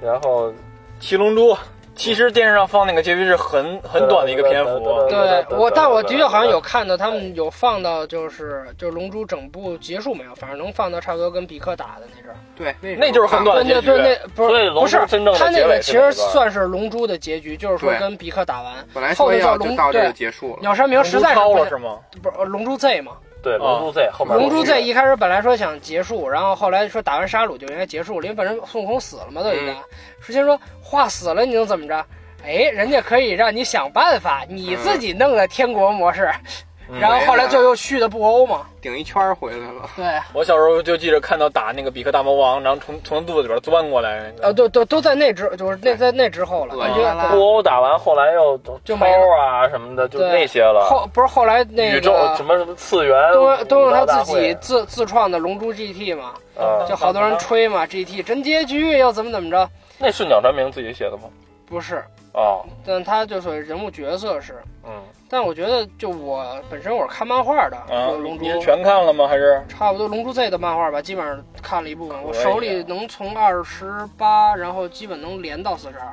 然后
七龙珠，其实电视上放那个结局是很很短的一个篇幅，
对
对
我，
对
但我的
对
确好像
对
有看到他们有放到，就是就是《龙珠》整部结束没有，反正能放到差不多跟比克打的那阵儿。
对，那
那就是很短的
对
结
对对
局。，
那不
所以
是
龙珠
不是
真正的
他那
结
个
尾
其
是
实
哪段
算是《龙珠》的结局，就是说
对
跟比克打完。
本来
后
说
头叫
要
龙
就到这儿
对
就结束了，
鸟山明
龙珠
实在是
超
不
了
想
是吗？
不是《呃龙珠 Z》嘛，
对《龙珠 Z》后
《
面
龙珠 Z》
Z
一开始本来说想结束，然后后来说打完杀戮就应该结束了，因为本身孙悟空死了嘛，都已经
嗯。
首先说画死了你能怎么着？哎，人家可以让你想办法，你自己弄的天国模式，
嗯
然后后来就又续的布欧嘛。
顶一圈儿回来了。
对，
我小时候就记着看到打那个比克大魔王，然后从从肚子里边钻过来那
呃，
个。
都都都在那之，就是那在那之后了，
对
感觉
啦啦
布欧打完，后来又
就
超
没了
啊什么的，就
对
那些了。
后不是后来那
宇宙
个
什么什么次元，
都都用
武道
他
大
自己
会
自自创的《龙珠 GT》嘛，
啊
就好多人吹嘛，GT 真结局又怎么怎么着？
那是鸟山明自己写的吗？
不是，
哦，
但他就属于人物角色是。
嗯，
但我觉得，就我本身我是看漫画的，
啊
就，龙珠
你是全看了吗？还是
差不多《龙珠 Z》的漫画吧，基本上看了一部分。我
可以啊
手里能从二十八，然后基本能连到四十二。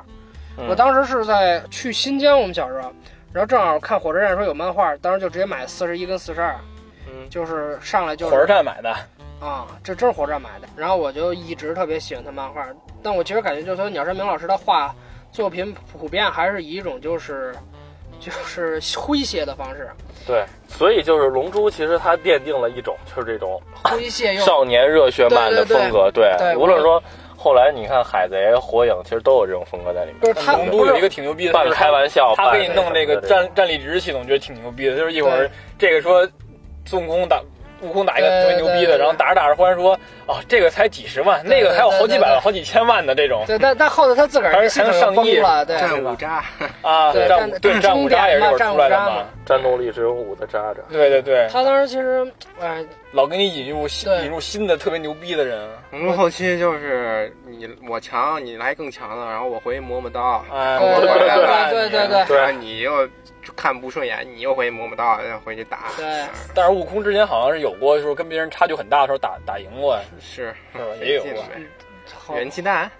嗯
我当时是在去新疆，我们小时候，然后正好看火车站说有漫画，当时就直接买四十一跟四十二，
嗯，
就是上来就
火
是
车站买的？
啊，这真是火车站买的。然后我就一直特别喜欢他漫画，但我其实感觉就是说鸟山明老师他画作品普遍还是以一种就是就是诙谐的方式，
对，所以就是《龙珠》，其实它奠定了一种就是这种
诙
哎
谐又
少年热血漫
对
的
对对
风格。对
对
无论说后来你看《海贼》《火影》，其实都有这种风格在里面。
就是他
龙珠有一个挺牛逼的，
半
就是
开玩笑，
他可以
半
弄那个
什么的
站站立值系统，觉得挺牛逼的。就是一会
对
儿这个说孙悟空打悟空打一个特别牛逼
对对对
的，然后打着打着忽然说啊，这个才几十万，
对
那个还有好几百
对对
万、
对
好几千万的这种
对，但但后头他自个
还
儿
是
系统
还
就
能上亿
崩了，对，
战五渣，
啊，
对
战
战
对
战
战
五
五
渣
渣也是
嘛
一会儿
战
出
五
来的
渣
嘛
嘛，
战斗力只有五的渣渣。
对对对，
他当时其实，哎，
老给你引入新
对
引入新的特别牛逼的人，
我们后期就是你我强，你来更强的，然后我回去磨磨刀，
哎，
对
我
对
回来
对
了
对对对
对，然后你又看不顺眼，你又回去磨磨刀，然后回去打，
对
但是悟空之前好像是有过，就是跟别人差距很大的时候打打赢过，
是
是吧？嗯
哎
也有
进
过，
呗
好，
元气弹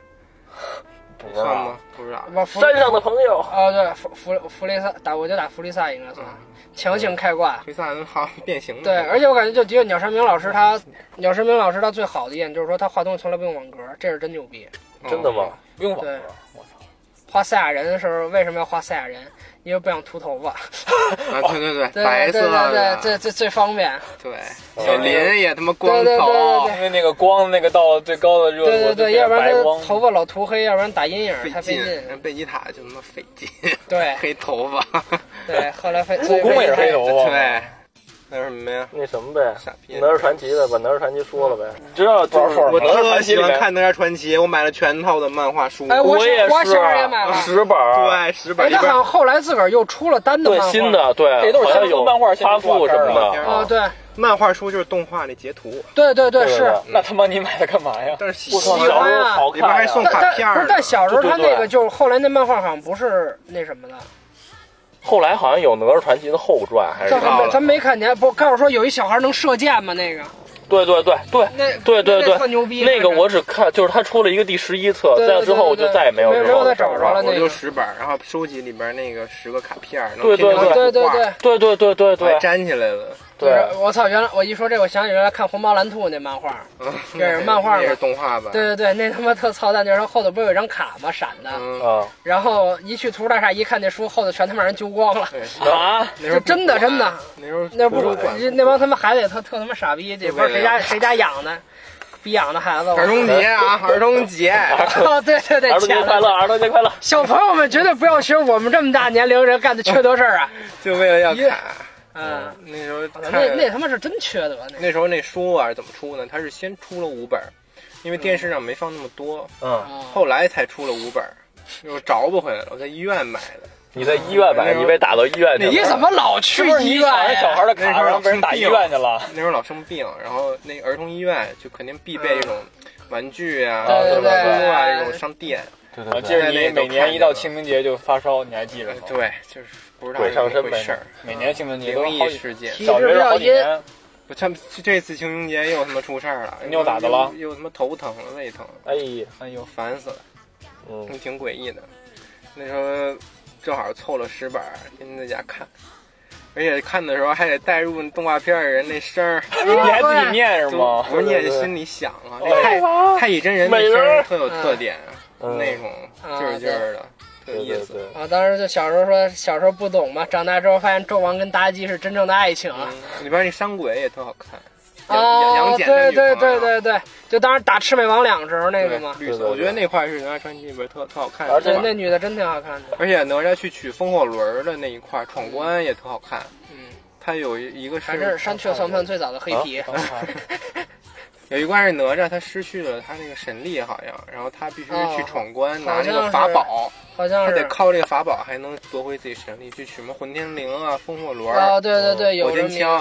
不知
算
道
吗？不知道，
我弗
山上的朋友，
啊对弗弗弗利萨打我就打弗利萨应该
嗯
算强行开挂。
推散好像变形了。
对，而且我感觉就的确鸟山明老师他，鸟山明老师他最好的一点就是说他画东西从来不用网格，这是真牛逼。
嗯
真的吗？？
不用网
对
格，我操，
画赛亚人的时候为什么要画赛亚人？因为不想秃头发。
啊，对对对，
对
白色
对对对
的
对，，这这最方便。
对，小林也他妈光
对对对对
头
对，
因 为那个光那个到最高的热度，
对对
就
对，
变
要
成
不然
白
他
光，
头发老涂黑，要不然打阴影
费
太费劲。
劲，贝吉塔就他妈费劲，
对
黑头发，
对，后来费。悟
悟空也是黑头啊发，
对，还有什么呀？
那什么呗，
傻逼
《哪！儿传奇》呗，把《哪儿传奇》说了呗。知道就
多少
是
份儿
我
我
特喜欢
哪吒传奇里面
看《哪吒传奇》，我买了全套的漫画书，
哎我
也
我媳
是
妇儿也买了
十本儿，
对，十
哎，
本一
他好
本
像后来自个儿又出了单的
对
漫画。
新的，对，
这都是
好像
先出
有
漫画先
发
出动
布
画
什
片儿
么
了
的
啊，
啊。
对
漫画书，就是动画那截图，
对对对
对
是。
那他妈你买它干嘛呀？
但是
我操，
喜
小
欢
时候
啊
好
里边
看呀，
还送
但
卡
但
片儿
不
呢
是，但小时候
对对
他那
对
个就是后来那漫画好像不是那什么的，
后来好像有《哪吒传奇》的后传，还是
但
知道了
他没他没看见，不告诉说有一小孩能射箭吗？那个
对对对对
那
对对
那
对
特牛逼，
那个
看着
我只看，就是他出了一个第十一册，
对对
在之后我就再也没有
对对
这种
没有再找着了
我
那
就
个
十本，然后收集里边那个十个卡片儿，然后
对对
拼成一
对
幅
对
画
对，
对对对对
我还
哎
对
粘起来了。
就是
对，
我操！原来我一说这，我想起原来看《红毛蓝兔》那漫画，
嗯
这是漫画吗
那也是动画吧？
对对对，那他妈特操蛋，就是后头不是有一张卡吗？闪的，
嗯，
啊
然后一去图书大厦一看，那书后头全他妈人揪光了，
对，
啊，
那时候
这真的
不管
真的，
那时候
那不
主
主
管
那帮他妈孩子也特特他妈傻逼，这不是谁家谁家养的，逼养的孩子。
儿童节啊，儿童 节，
哦，对对对，
儿童节
钱
快乐，儿童节快乐！
小朋友们绝对不要学我们这么大年龄人干的缺德事儿啊！
就为了要卡。
嗯，
那时候看
那那他妈是真缺德，那
那时候那书啊怎么出呢？它是先出了五本儿，因为电视上没放那么多，
嗯，
哦
后来才出了五本儿，又找不回来了。我在医院买的，
你在医院买，你被打到医院去了。
你怎么老去
不是你
医院
抢
呀
人小孩的
那时
卡，
候
然后被人打医院去了？
那时候老生病，然后那儿童医院就肯定必备这种玩具啊、
对
什
嗯对
么书啊
对
这种商店。
对
我
对
记
对，
着啊你每年一到清明节就发烧，你还记着吗？
对，就是不知道
鬼上
是怎
身
么
呗
回事儿，
每年清明节都
灵
好
异
几，
事件。
小学是好几年，
我他们这次清明节又他妈出事儿了，
你又咋的了
又又他妈头疼了，胃疼了，
哎呀，
哎呦烦死了。
嗯，
挺诡异的。那时候正好凑了十本儿，天天在家看，而且看的时候还得带入动画片儿的人那声儿，
哎
你还自己念是
就
吗？
我念
对对对哦
心里想啊，
哎
那太太乙真人那
美
声
人
儿
儿
特有特点，啊
嗯
那种
嗯
劲儿劲儿的，特有
对
意
对
思。
对，
啊！当时就小时候说，小时候不懂嘛，长大之后发现纣王跟妲己是真正的爱情啊！
嗯里边那山鬼也特好看，杨嗯杨
啊，
杨戬
对
的女
对
朋友啊
对对对对，就当时打魑魅魍魉的时候那个嘛，
绿
对对
色，
对
我觉得那块儿是《哪吒传奇》里边特特好看的，
而且
对，那女的真挺好看的。
而且哪吒去取风火轮儿的那一块儿闯关也特好看，
嗯，
它有一个
还是山雀算不算最早的黑皮？
有一关是哪吒，他失去了他那个神力，好像，然后他必须去闯关、
哦
拿那个法宝，
好像
他
是
得靠这个法宝还能夺回自己神力，去取什么混天绫啊、风火轮、
啊，对对对，有
火箭
这么一个嗯
枪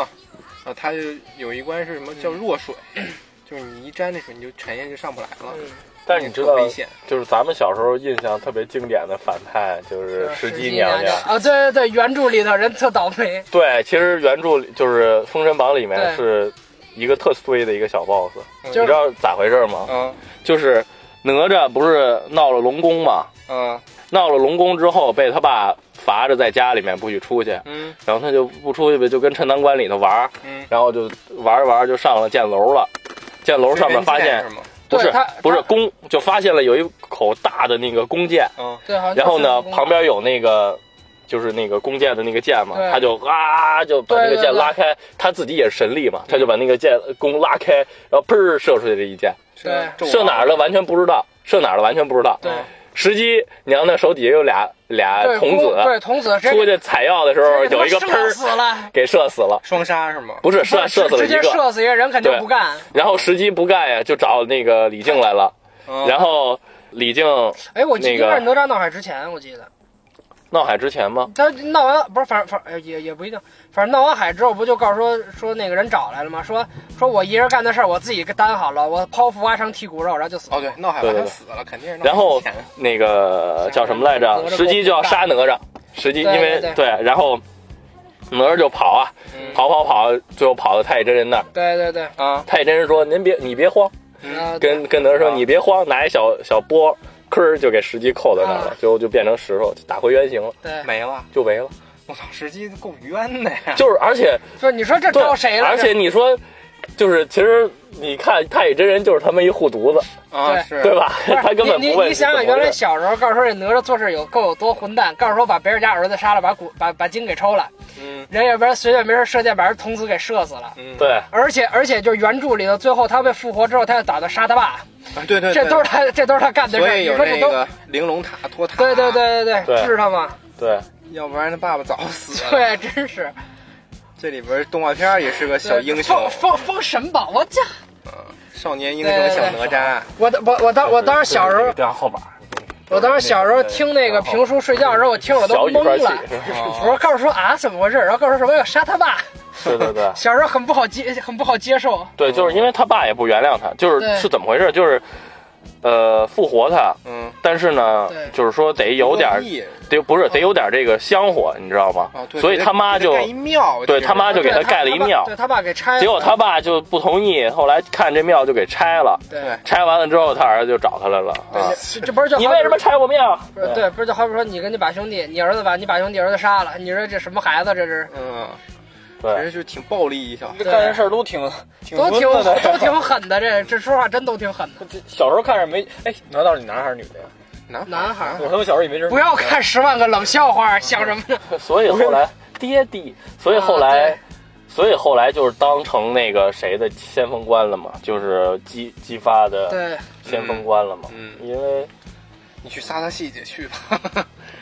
啊，他就有一关是什么叫弱水， 就是你一沾那水你就沉下去上不来了，
嗯
但是你知道
那个危险，
就是咱们小时候印象特别经典的反派就是石矶娘娘。
啊，对对对，原著里头人特倒霉，
对，其实原著里就是《封神榜》里面
对
是一个特衰的一个小 boss，
嗯
你
就是
知道咋回事吗？
嗯
就是哪吒不是闹了龙宫吗？
嗯
闹了龙宫之后，被他爸罚着在家里面不许出去，
嗯
然后他就不出去呗，就跟陈塘关里头玩儿，
嗯，
然后就玩着玩着就上了箭楼了。箭楼上面发现
是吗？
不是
对他
不是
他
弓，就发现了有一口大的那个弓箭，
嗯
对，好像
然后呢
啊就是
旁边有那个就是那个弓箭的那个箭嘛
对，
他就啊就把那
对
个
对
箭
对
拉开，他自己也是神力嘛，他就把那个箭弓拉开，然后砰射出去了一箭，
是
射哪儿了完全不知道，射哪儿了完全不知道，
对
石矶娘的手底下有俩俩
对
童子，
对童子直接
出去采药的时候
直接他妈
有一个
射
喷儿
死了，
给射死了，
双杀是吗？
不是 射射死
啊
了
直
一
接
个，
射死一个人肯定不干。
然后石矶不干呀，就找那个李靖来了，
哦
嗯
然后李靖
哎，我记得
那个
应该是哪吒闹海之前，我记得
闹海之前吗？
他闹完不是，反正反正也也不一定，反正闹完海之后不就告诉说说那个人找来了吗？说说我一人干的事儿我自己给担好了，我剖腹挖肠剔骨肉，然后就死了。
哦，对，闹海
对
王
对
他
对
死了，肯定是闹海
然后
前
那个叫什么来着
哪？吒
石矶就要杀哪吒，石矶
对
因
对
为
对
对，然后哪吒就跑啊，
嗯
跑跑跑，最后跑到太乙真人那儿。
对对对，呃
啊，
太乙真人说：“您别，你别慌。
然后
嗯跟”跟哪吒说：“
啊
你别慌，拿一小小钵，吭儿就给石矶扣在那儿了
啊，
最后就变成石头，就打回原形了，
对，
没了。
就没了。
我操，石矶够冤的呀！
就是而且
说你说这
对
招谁，了？
而且你说，就是其实你看太乙真人就是他妈一护犊子，
啊，
对
是
对吧？
不是
他根本
你
不
你
问
你想想，
怎么
原
回
来
事
小时候告诉说这哪吒做事有够有多混蛋，告诉说把别人家儿子杀了，把骨把把筋给抽了，
嗯
人要不然随便没事射箭把人童子给射死了。
嗯，
对。
而且而且就是原著里头，最后他被复活之后，他又打算杀他爸，
啊对对，
这
对
都是他这都是他干的事
所
儿。
以
你
有
说这
那
都
个玲珑塔托塔，
对对，对对
对
治他嘛？
对，
要不然他爸爸早死 了。
对，真是
这里边动画片儿也是个小
对
英雄，
封封封神榜，我这
少年英雄小哪吒，
我当我我当我当时小时候，
电话号码，
我当时小时候听那个评书睡觉的时候，我听我都
小雨
懵
翻起
了。
是吧
我说告诉说啊，怎么回事？然后告诉说我要杀他爸。
对对对。
小时候很不好接，很不好接受。
对，就是因为他爸也不原谅他，就是
对
是怎么回事？就是，呃，复活他，
嗯，
但是呢
对，
就是说得有点儿
落，地
得不
嗯
是得有点儿这个香火，你知道吗
哦
啊，？对，
所以
给
他妈
给
就
盖一庙，
对
其实
他妈就给他
对
盖了一
爸
庙
对他爸给拆了。
结果他爸就不同意，后来看这庙就给拆了，
对
对
拆完了之后他儿子就找他来了啊
对，这这不是就好比
你为什么拆我庙？
不是对，不是就好比说你跟你把兄弟，你儿子把你把兄弟儿子杀了，你说这什么孩子？这是
嗯，其
对
实就挺暴力一小孩
这干这事儿都挺挺
都挺
孙子的
都挺狠的，这这说实话真都挺狠的。
这小时候看着没，哎，哪吒是男孩儿女的呀？
男
男孩儿
我他妈小时候也没这。
不要看十万个冷笑话，想什么呢？
所以后 来爹地，所以后
啊
来。所以后来就是当成那个谁的先锋官了嘛，就是姬姬发的
对，
先锋官了嘛，
嗯，
因为
你去撒撒细节去吧，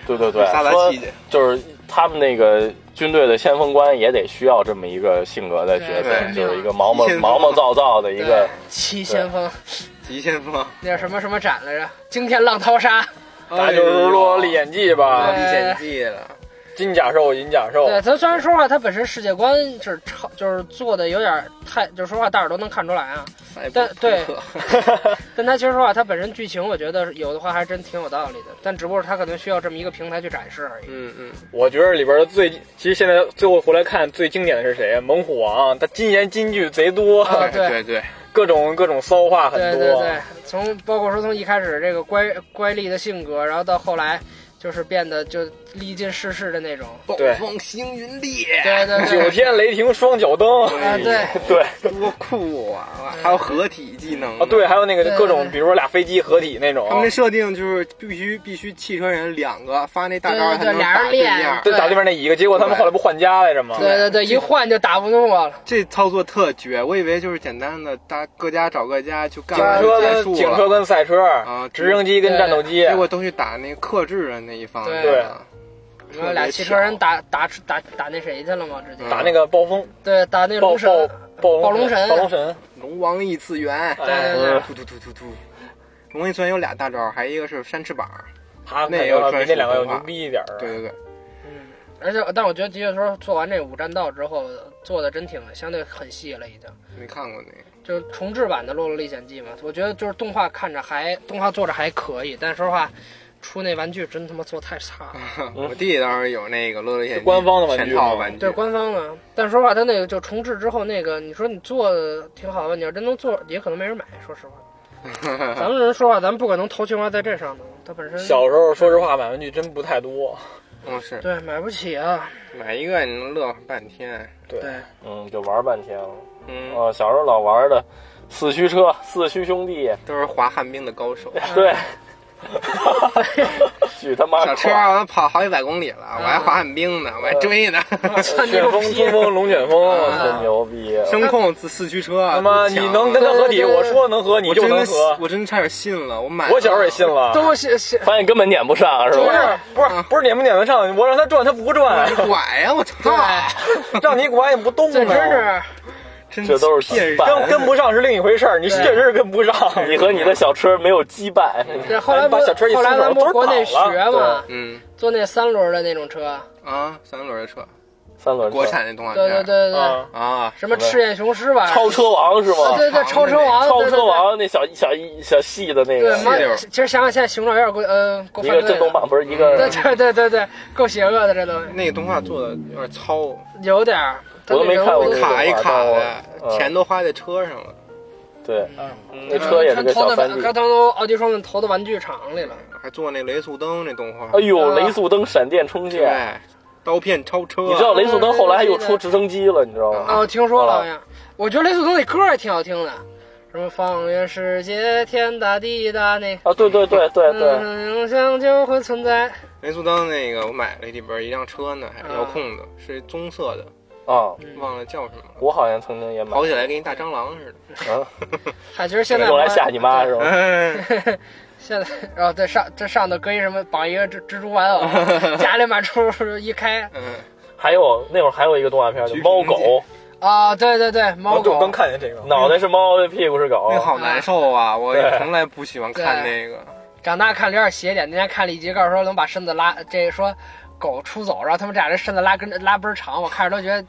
对对对，
撒撒
说
气去
就是他们那个军队的先锋官也得需要这么一个性格的角色，
对
就是一个毛毛
先锋
毛毛躁躁的一
对
个，
七先锋
极限吗？
那叫什么什么展来着？惊天浪淘沙。
那就是说立演技
啊，
吧
历，
哎对
险记了，
金甲兽、银甲兽，
对，咱虽然说实话，他本身世界观是超，就是做的有点儿太，就是说实话，大伙儿都能看出来啊。
赛博
但对
朋克
但他其实说实话，他本身剧情我觉得有的话还真挺有道理的，但只不过是他可能需要这么一个平台去展示而已。
嗯嗯，
我觉得里边最，其实现在最后回来看最经典的是谁？猛虎王，他金言金句贼多，
啊对
对对，
各种各种骚话很
对
多。啊
对对，从包括说从一开始这个乖乖戾的性格，然后到后来就是变得就历尽世事的那种。
暴
对
风星云烈，
对对
九
对，
天雷霆双脚蹬，
啊对，
对
多酷啊！还有合体技能
啊，对，还有那个
嗯哦对
各
对
种，比如说俩飞机合体那种
他，们那设定就是必须必须汽车人两个发那大招
对对
才
对
能
俩人
打对
练
面儿，
对，打对面那一个，结果他们后来不换家来着吗？
对对对，一换就打不动我了。
这操作特绝。我以为就是简单的，大各家找各家就干
警
完
车
结
跟
束
警
了
车，跟赛车
啊，
直升机跟
对
战斗机，
结果都去打那个克制的那一方，
对
是吧
你说俩汽车人打打打打那谁去了吗？直接
打那个暴风
对打那
暴
龙神，
暴暴
嗯暴龙神
暴龙神，
龙王异次元，
对
哎
对对
突突突突突。龙王异次元有俩大招，还一个是扇翅膀，
他
那也
那
有
要比
专属
那两个要
动画
牛逼一点儿。
对对对，
嗯，而且但我觉得的确说做完这五战道之后，做的真挺相对很细了已经。
没看过那个。
就是重制版的《洛洛历险记》嘛，我觉得就是动画看着还动画做着还可以，但说实话，出那玩具真他妈做太差 了。
我弟倒是有那个《乐乐险记》
官方的玩具
全套
吗
玩具，
对官方的，但说实话，他那个就重置之后，那个你说你做的挺好的，你要真能做，也可能没人买。说实话，咱们人说话，咱们不可能投钱花在这上头，它本身
小时候说实话买玩具真不太多，
嗯是
对买不起啊。
买一个你能乐半天，
对
对，
嗯，就玩半天了。
嗯，
哦，小时候老玩的四驱车、四驱兄弟，
嗯
都是滑旱冰的高手。
对， 去他妈
小车
快
我都跑好几百公里
嗯
了，我还滑旱冰呢，我还追 呢，
旋风、中风、龙卷风，
啊
真牛逼！
声控自四驱车，
他妈你
抢
能跟他合体，
对对对
我说能合你
我
就
真
能合。
我真差点信啊了，我买
我小时候也信了，
都是是
发现根本撵不上，是
不
吧？
是不是不是撵不撵得上，我让他转他不转，
拐呀，我操，
让你拐也不动
这真
呢，
是
真
这都是
骗人
办
跟跟不上是另一回事儿，你确实是跟不上。
你和你的小车没有羁绊，
这
哎
后来
把
不
小车一
后来
松手
咱
都是
们国内
倒了
学嘛，
嗯
坐那三轮的那种车，
啊，三轮的车，
三轮车
国产那动画片
对
儿，
对对对对，
啊，
啊，
什么赤焰雄狮吧，
嗯超车王是
啊
吗？
对对超车王，
超
对
车。王那小小小细的那
对
个
对，对，妈
是
呀，其实想想现在形状有点过呃过
一
犯罪
个
了
震动棒不是一
对
个，
对对对对，够邪恶的这都
那个动画做的有点糙，
有点儿。
我都没看过这个
卡一卡的
嗯，
钱都花在车上了，
对，嗯那
嗯
那
车也是个小三 D。
刚都奥迪双钻投到玩具厂里了。
还做那雷速登那动画
哎，呦，
啊
雷速登闪电冲线，
对，刀片超车，
你知道雷速登后来还有出直升机了，你知道吗？
哦，听说了
啊
好像。我觉得雷速登那歌还挺好听的，什么放眼世界，天大地大，那
啊，对对对对对，
嗯，相就会存在。
雷速登那个我买了里边一辆车呢，还是遥控的，是棕色的，
啊，
忘了叫什么了，
我好像曾经也买
跑起来跟一大蟑螂似的。
啊，
嗨，其实现在
用来
我
吓你妈是吧？
哎，
现在，然后在上这上头跟一什么绑一个蜘蜘蛛玩偶，家里把抽一开
嗯，
还有那会儿还有一个动画片叫
橘皮
《猫
公
狗
鸡》，
啊，对对对，猫
我就刚
狗，
看见这个，
脑袋是猫，屁股是狗
那。好难受啊！我
对
从来不喜欢看那个，
长大看有点邪点。那天看了一集，告诉说能把身子拉，这说狗出走，然后他们俩这身子拉跟拉倍儿长，我看着都觉得。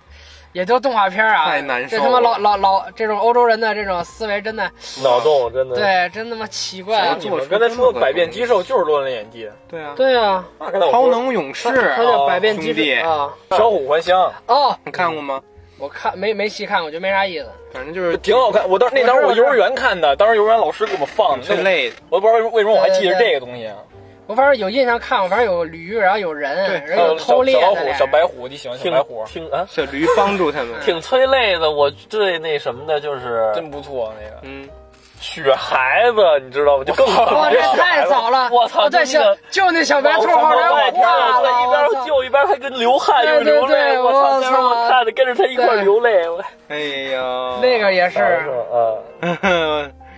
也就动画片儿啊，
太难受
这他妈
了
老老老这种欧洲人的这种思维，真的
脑洞真的。
对，真他妈奇怪
哎
啊。
你们刚才说百变鸡兽就是洛人演技，
对啊，
对啊，
那刚才我
超
说
能勇士，
他叫百变
兄
机
弟
制啊。
小虎还乡
哦，
你看过吗？
我看没没细看，我觉得没啥意思。
反正就是
挺好看，我当时那当时我幼儿园看的，当时幼儿园老师给我们放的
最，累的，
我不知道为什么我还记着这个东西啊。
我反正有印象看，我反正有驴，然后有人，
对
还
然后有
有
偷
小
猎
小老
的
虎、
俩
小
人。
白虎，你喜欢小
挺
白虎？
挺啊，
小驴帮助他们。
挺催泪的。我最那什么的就是
真不错那个。
嗯，
雪孩子，你知道吗？就更
哇，
早
哦这
了。
太早了！
我操
哦对，
这
小
个
就那小白兔
往
后来
外
我化了，
一
我
边
操！
救一边还跟流汗，又流泪。我操！当时我看着跟着他一块流泪。我
哎呀，
那个也是啊
嗯，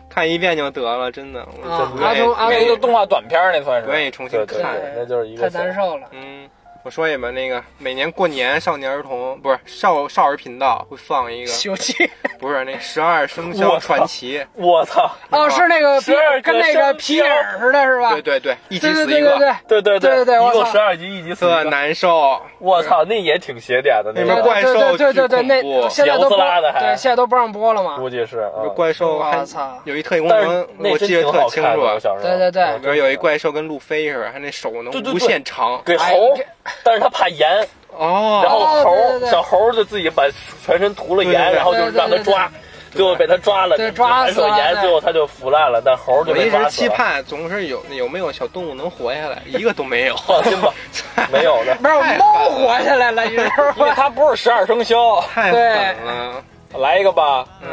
看一遍就得了，真的，我
啊，
不
阿
愿
童阿
不
那
愿
就
意
童
动画短片儿那算
不
是。
愿意重
对
新
对
看。
对，那就是一
太
个
难受了。
嗯，我说你们那个每年过年少年儿童不是少少儿频道会放一个，
休息
不是那十二生肖传奇，
我操！
哦，是那个
十二个
跟那个
香
皮
蕉
影似的，是吧？
对对对，一集
对对
死一
对对
个，
对
对对
对对
一
我
共
操
十二集，一集四
特
个。
难受。
我操，那也挺邪点的，那
那边
个
怪兽
对对
巨
对对对，
恐
那
怖
现在都
屌丝
不
拉的还
对，现在都不让播了嘛。
估计是啊。
怪兽还
我操！
有一特异功
但是
能，
那
我
真
记得
挺
特
好
清
看的，我
楚。啊
小时候。
对对对
里，边有一怪兽跟路飞似的，他那手能
对对对
无限长。
给猴，
哎
但是他怕盐，然
哦，
后
哦
猴
对对对
小猴就自己把全身涂了
对对
盐，
对
然后就让他抓，最后被他抓了，
对抓死
手
了
盐，
对
最后他就腐烂了，但猴就
我
被
一
抓死
直
了。
期盼总是有有没有小动物能活下来，一个都没有。
放心 吧， 没有的，
不是猫活下来了，你知道
因为
吗？
它不是十二生肖，
太狠了，
来一个吧，
嗯，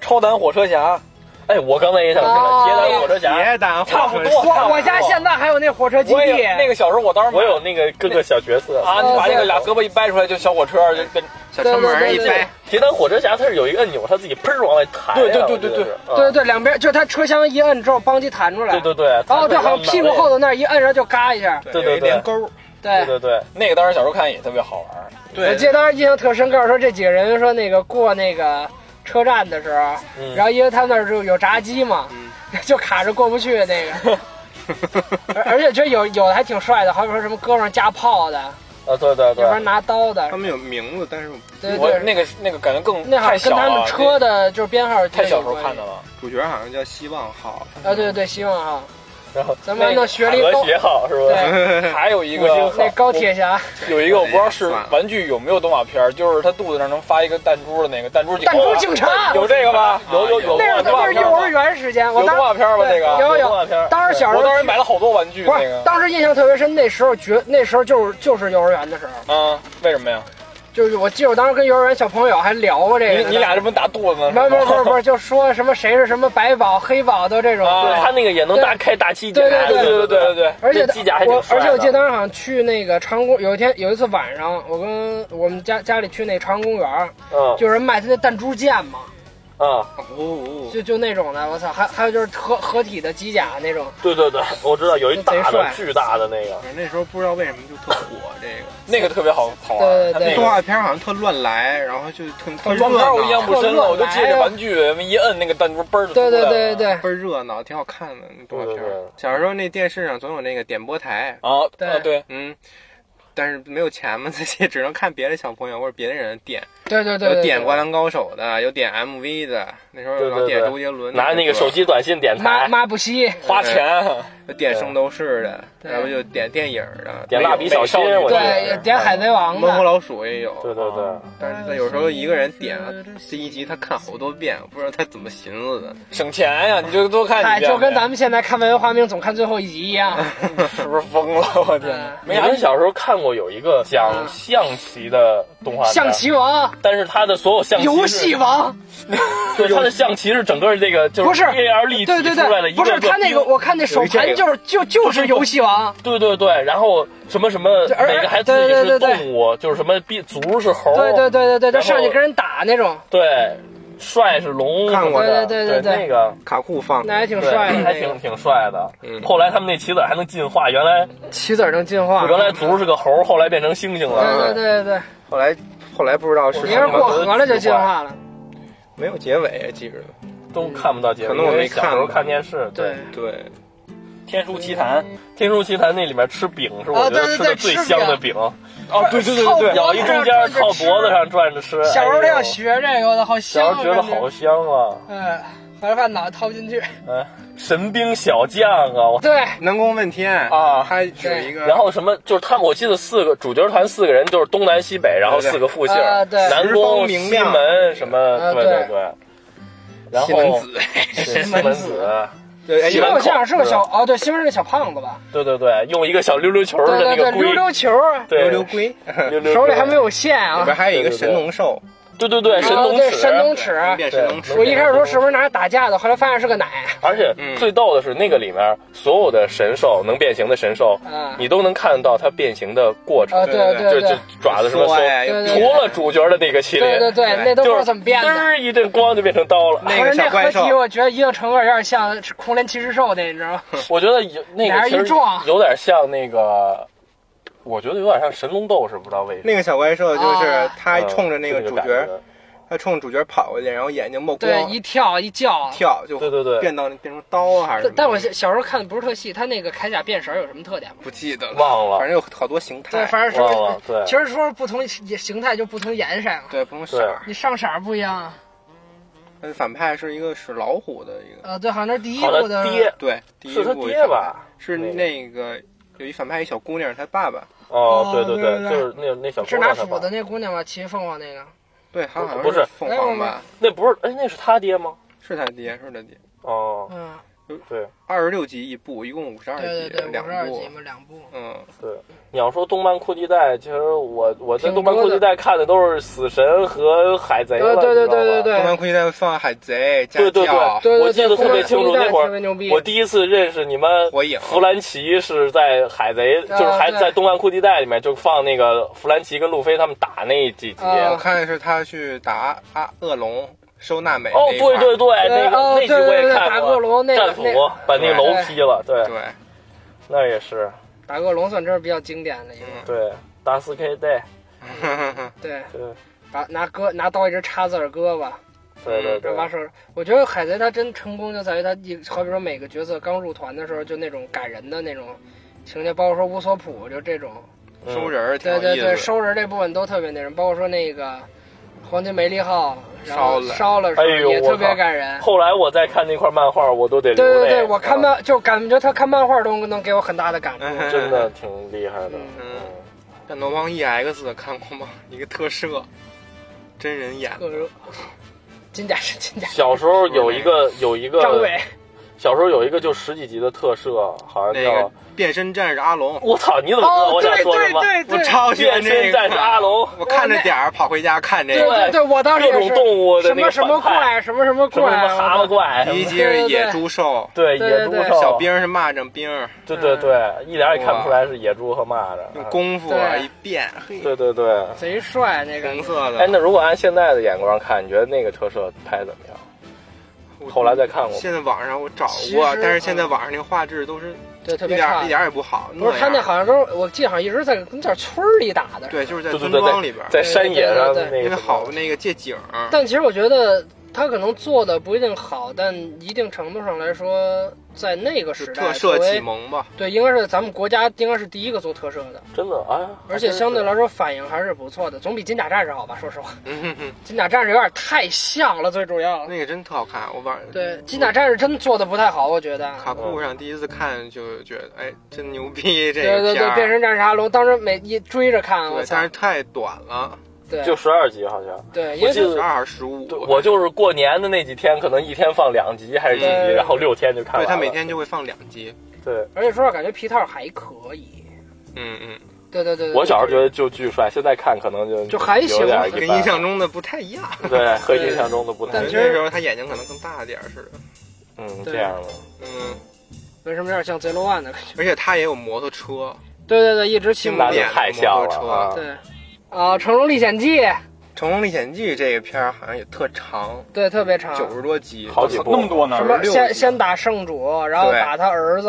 超胆火车侠，
哎，我刚才也想起
哦
来，铁胆火车侠，
别打
差不多。
我我家现在还有那火车基
我
地
也，那个小时候我当时买
我有那个各个小角色。
啊，你把那个俩胳膊一掰出来就小火车，就跟
小车门一
对对对
掰，
铁胆火车侠它是有一个按钮，它自己喷儿往外弹呀。
对对对对
我记得是
对
啊
对，两边就是它车厢一摁之后，邦机弹出来。
对对对，
哦，对，
它会
好像
让
屁股
脑袋
后头那儿一摁，然后就嘎一下。
对
有
对
一
对
连钩。
对
对对对，
那个当时小时候看也特别好玩儿。
我记得当时印象特深，告诉说这几个人说那个过那个车站的时候，
嗯
然后因为他们那儿就有闸机嘛， 就卡着过不去那个。 而而且觉得有有的还挺帅的，好比说什么胳膊上架炮的，
啊对对
要不然
对，
拿刀的
他，们有名字，但是
对
我
对，
那个那个感觉更
那好
太
像
小
跟他
了
们，车的就是编号
那太小时候看的
了。
了。
主角好像叫希望 号。
啊，对对对，希望啊，
然后
咱们
那
按照
个
学历
和
都
谐号是吧？
对，
哦
还有一
我觉得
个
那高铁侠
有一个我不知道是
算了
玩具有没有动画片儿，就是他肚子上能发一个弹珠的那个弹珠警
弹珠警察，
有这个吧？
有有有
那是
动
那
画
是
片
幼儿
吗？
园时间，我
有
当
动画片吗？那
对
个
有
有动画片儿
当时小时候
我当时买了好多玩具
不
那
是，
个。
当时印象特别深，那时候觉那时候就是就是幼儿园的时候，
啊，为什么呀？
就是我记得我当时跟幼儿园小朋友还聊过这个
你
呢，
你俩这不打肚子呢？
不不不 不，就说什么谁是什么白宝、黑宝的这种，
啊
对
对
他那个也能大开大气甲，
对对
对对对对对，
而且
那机甲还挺
我，
帅
而
的
且我记得当时好像去那个长公，有一天有一次晚上，我跟我们家家里去那长公园，
嗯
就有人卖他那弹珠剑嘛，
嗯，
哦，
就就那种的，我操，还还有就是合合体的机甲那种，
对对对，我知道有一大
贼
的
帅
巨大的那个，
反正那时候不知道为什么就特火，这个
那个特别好好玩。
对对对
它那个
动画片好像特乱来，然后就特特热
装包我印象
闹，
不深了，我就记着玩具那么一摁那个弹珠嘣儿就出来
啊对
了。
对对对
倍儿热闹，挺好看的那动画片
对对对
儿。小时候那电视上总有那个点播台，
啊
对
啊对，
嗯，但是没有钱嘛， 自己只能看别的小朋友或者别的人点，
对对对对
有
对，
点《灌篮高手》的，有点 MV 的，那时候
对对
老点
对
周杰伦的歌，
拿那个手机短信点
妈
台，
妈不惜，
花钱啊
有点圣斗士的，
对
然后就点电影儿的，
点蜡笔小新
美，少女
我记得
对，也点海贼王
猫和
的，
老鼠也有，
对对对，
但是他有时候一个人点了这一集，他看好多遍，我不知道他怎么寻思的。
省钱呀，你就多看几遍
哎，
呗。
就跟咱们现在看《文化命》总看最后一集一 样，
是不是疯了？我天哪，
嗯
没
你
啥
们小时候看过有一个讲象棋的动画片，
象，棋王、
但是它的所有象棋是
游戏，王，
对它的象棋是整个这个就是
不是
A L 立体
对对
出来的
对，
一个
不是他那个，
个
我看那手盘就是就就是游戏王，
对对对，然后什么什么
对而
哪个还自
对
己是
对对对
动物，就是什么比卒是猴，
对对对对对，
哦然
就
后
上去跟人打那种，
对，帅是龙，
看过
的
对
对对对对
那个
卡酷放
嗯那还挺
哦对
帅的
还
那
挺
个。
挺帅的
嗯。
后来他们那棋子还能进化，原来
棋子儿能进化，
原来卒是个猴，后来变成猩猩了。
对对对
嗯
对
后来后来不知道是什
对，你要是
么
过河了就进化了，
嗯
没有结尾，记着。
都看不到结尾，
可能我
因为
没
小
看
时候
过
看电视。
对。
对，
《天书奇谭》，《天书奇谭》那里面吃饼是我
啊
觉得
对对
吃的
对
最
吃
香的饼，
哦，对对对对对，
咬一中间靠脖子上转着吃。
小时候
哎呦
要学这个，我的好香啊，
小时候觉得好香啊！
感觉，哎，后来把脑袋掏不进去，
哎，神兵小将啊，我
对，
南宫问天
啊
他是一个，
然后什么就是他们，我记得四个主角团四个人就是东南西北，然后四个复姓
啊，对
南宫、
十方明
西
亮
门什么，
啊
对
对
对。然
西门
后
子，
对西门子，
对，哎
西
西
有
门
门
口
像是个
是
小哦，对，西门是个小胖子吧？
对对对，用一个小溜溜球的
对
那
对
个
对，
龟，
溜溜球，
对
溜溜龟，
溜溜
手里还
球
没有线
里
啊
边。还有一个神农兽，
对对对，神
啊
农
对
尺，
神农尺，
对变神农
对
齿
我一开始说是不是拿着打架的，后来发现是个奶。
而且
嗯
最逗的是，那个里面所有的神兽能变形的神兽，
嗯
你都能看到它变形的过程
啊，，
对
对
就
对
就
对
爪子什么
缩
缩，
呀，
对
又
对
除
对
了主角的那个麒麟，
对对对，那都不知
就是
道怎么变
嘚
的。
儿一阵光就变成刀了。
那
我
个
说那
小
合
怪
体，
兽，
我觉得一定程度有点像是空连骑士兽那，你知道吗？
我觉得有那
俩
个
人
其
一
实
撞
有点像那个，我觉得有点像神龙斗士，不知道为什么。嗯
那个小怪兽就是
啊
他冲着那
那
个主角，他冲着主角跑过去，然后眼睛冒
对，
光
一跳一叫。
跳就
对对对
变到那变成刀啊还是什
但
么？
但我小小时候看的不是特细，他那个铠甲变色有什么特点吗？
不记得了，
忘了
反正有好多形态
对，，反正
忘了
说，
对
其实说不同形态就不同颜色嘛。
对，不同色儿。
你上色儿不一样啊。
呃反派是一个是老虎的一个，
呃，对，好像这是第一
好
部的。
像爹
对，第一
是他
部
爹吧？
是
那个
那个有一反派一小姑娘，她爸爸，
哦
哦，对对，
对对对
就是那那小姑
是拿
娘她
斧
吧
子？那姑娘吧，骑凤凰那个。
对，她好像
不是
凤凰吧？
那不是哎，那是他爹吗？
是他爹，是他爹。
哦，
嗯，
对。
二十六集一部，一共五十二
对对
集
对，，
两
五十二
部
集。嘛，两部。
嗯，
你要说动漫酷地带，其实我我在
挺
动漫酷
多的
地带看的都是死神和海贼了，
呃，对对对对
你
东
对
知道吗
方。亏在放海贼、家
对对
教、
对对对
我记得特别清楚，
对对对
那会
特别牛逼
儿我第一次认识你们
火影
弗兰奇是在海贼，就是还
啊对
在动漫酷地带里面就放那个弗兰奇跟路飞他们打那几集。
我
啊
哦，
看的是他去打阿恶龙、收纳美那一块
对
儿
哦对对，那个
哦
那
对
集
对
我也
对，
看
打恶
过，
龙那
战
个
斧
那个
把那个楼劈了，对，
对，
那也是
打恶龙算真是比较经典的一个。
对打四 K 带，
对，
对
把拿胳拿刀一直插自个儿胳膊，
对对
这
对
把手。我觉得海贼他真成功就在于他一，好比说每个角色刚入团的时候就那种感人的那种情节，包括说乌索普就这种，
嗯
收人儿挺有
对对
意
对，
思的。
收人这部分都特别那什么，包括说那个黄金梅利号然
烧
后
了
烧了时候
哎呦
也特
我
别
靠
感人。
后来我再看那块漫画，我都得流
对对
泪。
对，我看
漫
漫就感觉他看漫画都能给我很大的感触。
嗯
真的挺厉害的。
嗯
嗯，像《罗邦 EX》看 E 过吗？ 一个特摄，真人演
各
的。
种金甲是金甲，
小 时候有一个有一个
张伟
小时候有一个就十几集的特摄，好像
那个
叫
变身战士阿龙，
我操，你怎么知道我想
哦对
说什
对
么？
对
我
对，
超喜欢
变
这
身战士
个。
阿龙，
我看着点儿跑回家看这
对
个，
对对，我当时
各
也
种
是
动物的
什
那
么
个
什么
反派，
怪，什么什么
什么
怪，啊
什么蛤蟆怪，什
第一
么
集是野猪兽，
对
对
野猪
对嗯
兽
小兵是蚂蚱兵，
对对对，一点也看不出来是野猪和蚂蚱。
用
嗯
功夫啊
对
一变，嘿，
对对对，
贼帅那个
红。色
哎，
的。
那如果按现在的眼光看，你觉得那个特摄拍得怎么样？
我
后来再看过吗
现在网上我找
其
过，
实
但是现在网上那个画质都是
对，特
一
别
点儿
差
一。点儿也不好。
不是他
样
那好像都是，我记得好像一直在跟叫村儿里打的。
对，就是在
对对
村
对，
庄里边儿，
在在山野上
对对对
那
因
个
为
什么
好那个借景儿，
但其实我觉得他可能做的不一定好，但一定程度上来说，在那个
就
时代
特摄
作为
启蒙吧。
对，应该是咱们国家应该是第一个做特摄的，
真的哎，
而且相对来说反应还是不错的，总比金甲战士好吧？说实话，
嗯哼哼，
金甲战士有点太像了，最主要。
那个真特好看，我网
对，金甲战士真做的不太好，我觉得。
卡酷上第一次看就觉得，哎，真牛逼这
对
个
对
片
对，
儿。
变身战士阿龙当时每一追着看，我
对，
操
但，是太短了，
对
就十二集好像。
对，因
我
为
记得
十二还是十五
对，？我就是过年的那几天，可能一天放两集还是几集，
对
然后六天就看完
对
了。
他每天就会放两集。
对，
而且说实话，感觉皮套还可以。
嗯嗯，
对对对对，
我小时候觉得就巨帅，现在看可能就
就还行
有点一般
跟印象中的不太一样。
对和印象中的不太
但
那
其
一
实
样。
时候他眼睛可能更大点儿似的。
嗯，
对
这样吧，
嗯，
为什么有点像 Zero One 的感觉？
而且他也有摩托车，
对对对，一直骑
经
摩
那
典
就
托。
太像
摩托车
了啊！
对，啊，《成龙历险记》
《成龙历险记》这个片儿好像也特长，
对特别长，
九十多集，
啊好几部
那么多呢
什？么
六
先
集
先打圣主，然后
对
打他儿子，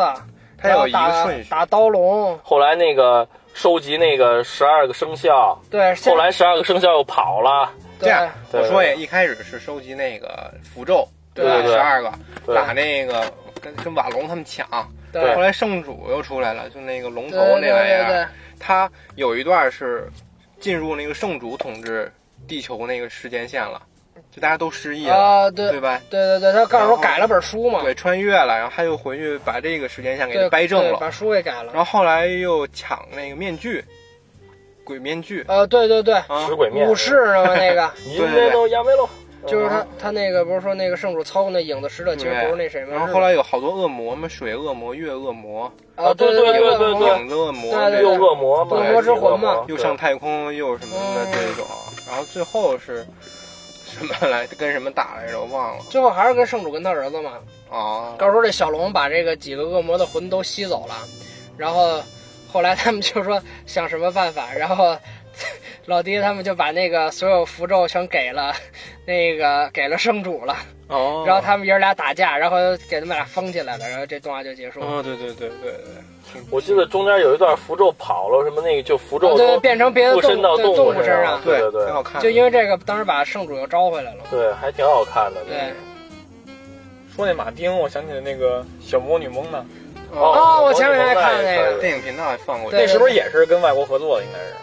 它
然
有
后
一个
打
顺序。
打刀龙，
后来那个收集那个十二个生肖，
对，先
后来十二个生肖又跑了，
这
对
样
对
我说也一开始是收集那个符咒，
对
吧？
对
十二个，
对
打那个跟跟瓦龙他们抢，
对
后来圣主又出来了，就那个龙
对
头
对
那玩意儿，
对
他有一段是进入那个圣主统治地球那个时间线了，就大家都失忆
对
了，
啊，对
对
对
吧？
对对，他告诉
然后
我改了本书嘛，
对，穿越了，然后他又回去把这个时间线给
对，
他掰正
对
了，
把书给改
然
了。
后后来又抢那个面具，鬼面具
呃，对对对，
啊
食，鬼面
武士什么 那个，
你那都亚梅喽，
就是他他那个不是说那个圣主操控那影子使者，其实
对
不是那谁吗？
然后后来有好多恶魔嘛，水恶魔、月恶魔、
啊，对
对
对
对对对
影子恶魔，
对对
又恶魔嘛，
恶魔之
魂嘛
又上太空又什么的
嗯
这种，然后最后是什么来跟什么打来着？我忘了
最后还是跟圣主跟他儿子嘛，
啊。
告诉说这小龙把这个几个恶魔的魂都吸走了，然后后来他们就说想什么办法，然后老爹他们就把那个所有符咒全给了那个给了圣主了，
哦
然后他们爷儿俩打架，然后给他们俩封起来了，然后这动画就结束。了。
哦，对对对对对，
我记得中间有一段符咒跑了，什么那个就符咒
啊对对，
都
变成别的
附
动
身到
物对
动
动
物
物身上，
对
对
对
挺好看的。
就因为这个，当时把圣主又招回来了。
对，还挺好看的。
对，
说那马丁，我想起了那个小魔女蒙娜，
哦我
我
前两天看那个
嗯电影频道还放过
对
那
这
是不是也是跟外国合作的？应该是。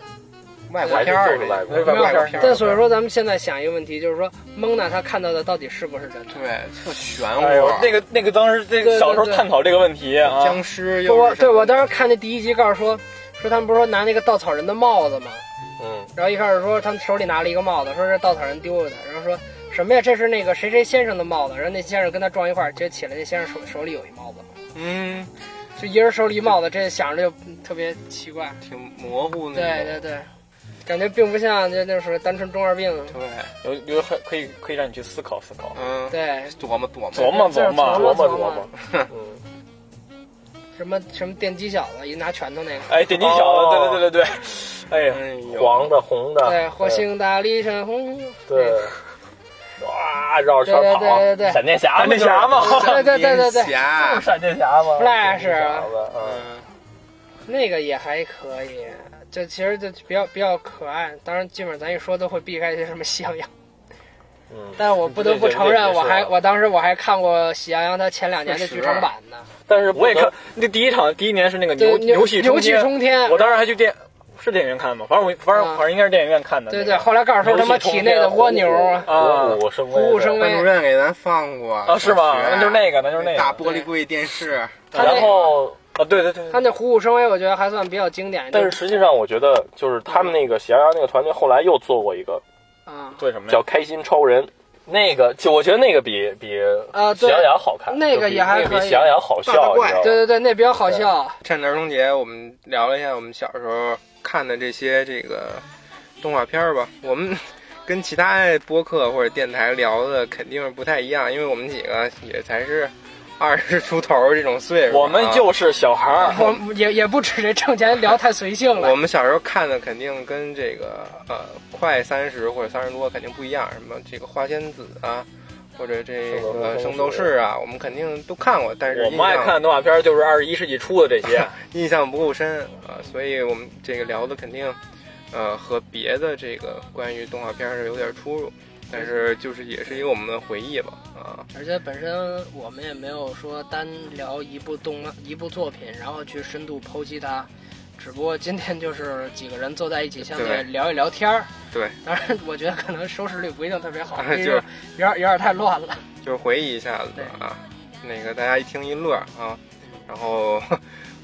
外国片儿
还是就
这
是外
个，
国
片儿
外国片
但
儿，
所以说，咱们现在想一个问题，就是说蒙娜她看到的到底是不是真的？
对，特玄
哎呦
乎，，啊
那个那个当时这
哦对对
个小时候
对
探讨这个问题啊，
僵尸又
我
是什
对
么
我当时看那第一集，告诉说说他们不是说拿那个稻草人的帽子吗？
嗯，
然后一开始说他们手里拿了一个帽子，说是稻草人丢了的，然后说什么呀？这是那个谁谁先生的帽子。然后那先生跟他撞一块儿，结果起来那先生手手里有一帽子，
嗯，
就一人手里一帽子，这想着就嗯特别奇怪。
挺模糊那
对
种，
对对，感觉并不像就那时候单纯中二病。
对，
有有很可以可以让你去思考思考，
嗯，
对，
琢磨琢磨，
琢磨
就是
琢磨。
琢
磨
磨
琢
琢
磨
磨，嗯。
什么什么电击小子，一拿拳头那个。
哎，点击小
哦
子，对对对对对，哎呀，
哎呦，
黄的、红的，
对，火星大力神轰。
啊对，哇，绕圈
对对
跑，
对对对
闪电侠
闪
嘛，
电侠嘛
就
对
是
对
冰
对对对对，
就是
侠，
闪电侠嘛
Flash
闪电侠嘛嗯，
啊嗯，
那个也还可以。就其实就比较比较可爱，当然基本上咱一说都会避开一些什么喜羊羊。
嗯
但我不得不承认，
对对对
我还
是啊
我当时我还看过《喜羊羊》它前两年的剧场版呢，
但是不
我也
得
看那第一场第一年是那个
对
牛牛气
牛气
天，
冲天
我，当时还去电是电影院看吗？反正我反正
啊
反正应该是电影院看的。
对
那
对，
个
后来告诉说他妈体内的蜗牛
哦
啊，
啊
虎虎生
虎虎生
班主
威，
任给咱放过
啊是吗？
小学
那就是那个，那就是那
大
个
玻璃柜电视，
他
然
那
后。
啊，对对对
他，那虎虎生威，我觉得还算比较经典。
但是实际上，我觉得就是他们那个喜羊羊那个团队后来又做过一个
啊，
对什么呀？
叫《开心超人》，那个就我觉得那个比比
啊
喜
对
羊羊好看，
那个
就比
也还
那个比
可以
喜羊羊好笑，
大大怪
你知道吗
对对对，那比较好笑。
趁着儿童节，我们聊了一下我们小时候看的这些这个动画片儿吧。我们 跟其他播客或者电台聊的肯定是不太一样，因为我们几个也才是二十出头儿这种岁数啊。
我们就是小孩儿，
我们也也不止这挣钱聊太随性
我
了，
们小时候看的肯定跟这个呃快三十或者三十多肯定不一样，什么这个花仙子啊，或者这个
圣
圣
斗
斗
士
士啊，我们肯定都看过，但是
我
印
们爱
象
看的动画片就是二十一世纪初的这 些，
印象不够深啊，所以我们这个聊的肯定，呃，和别的这个关于动画片儿是有点出入，但是就是也是一个我们的回忆吧啊，
而且本身我们也没有说单聊一部动漫、一部作品，然后去深度剖析它。只不过今天就是几个人坐在一起，相对
对
聊一聊天儿。
对，
当然我觉得可能收视率不一定特别好，
啊
因为
就
有点有点太乱了。
就是回忆一下子吧啊，那个大家一听一乐啊，然后。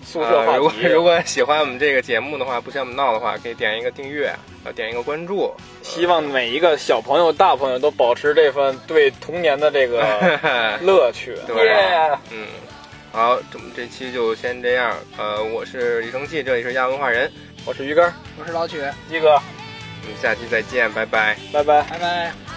宿舍
呃如
话
果
题。
如果喜欢我们这个节目的话，不嫌我们闹的话，可以点一个订阅，呃，点一个关注。
希望每一个小朋友、大朋友都保持这份对童年的 这个乐趣。
对
耶
嗯，好，这么这期就先这样。呃，我是李生气，这里是亚文化人，
我是鱼竿儿，
我是老曲，
鸡哥，
我们下期再见，拜拜。
拜拜。
拜拜。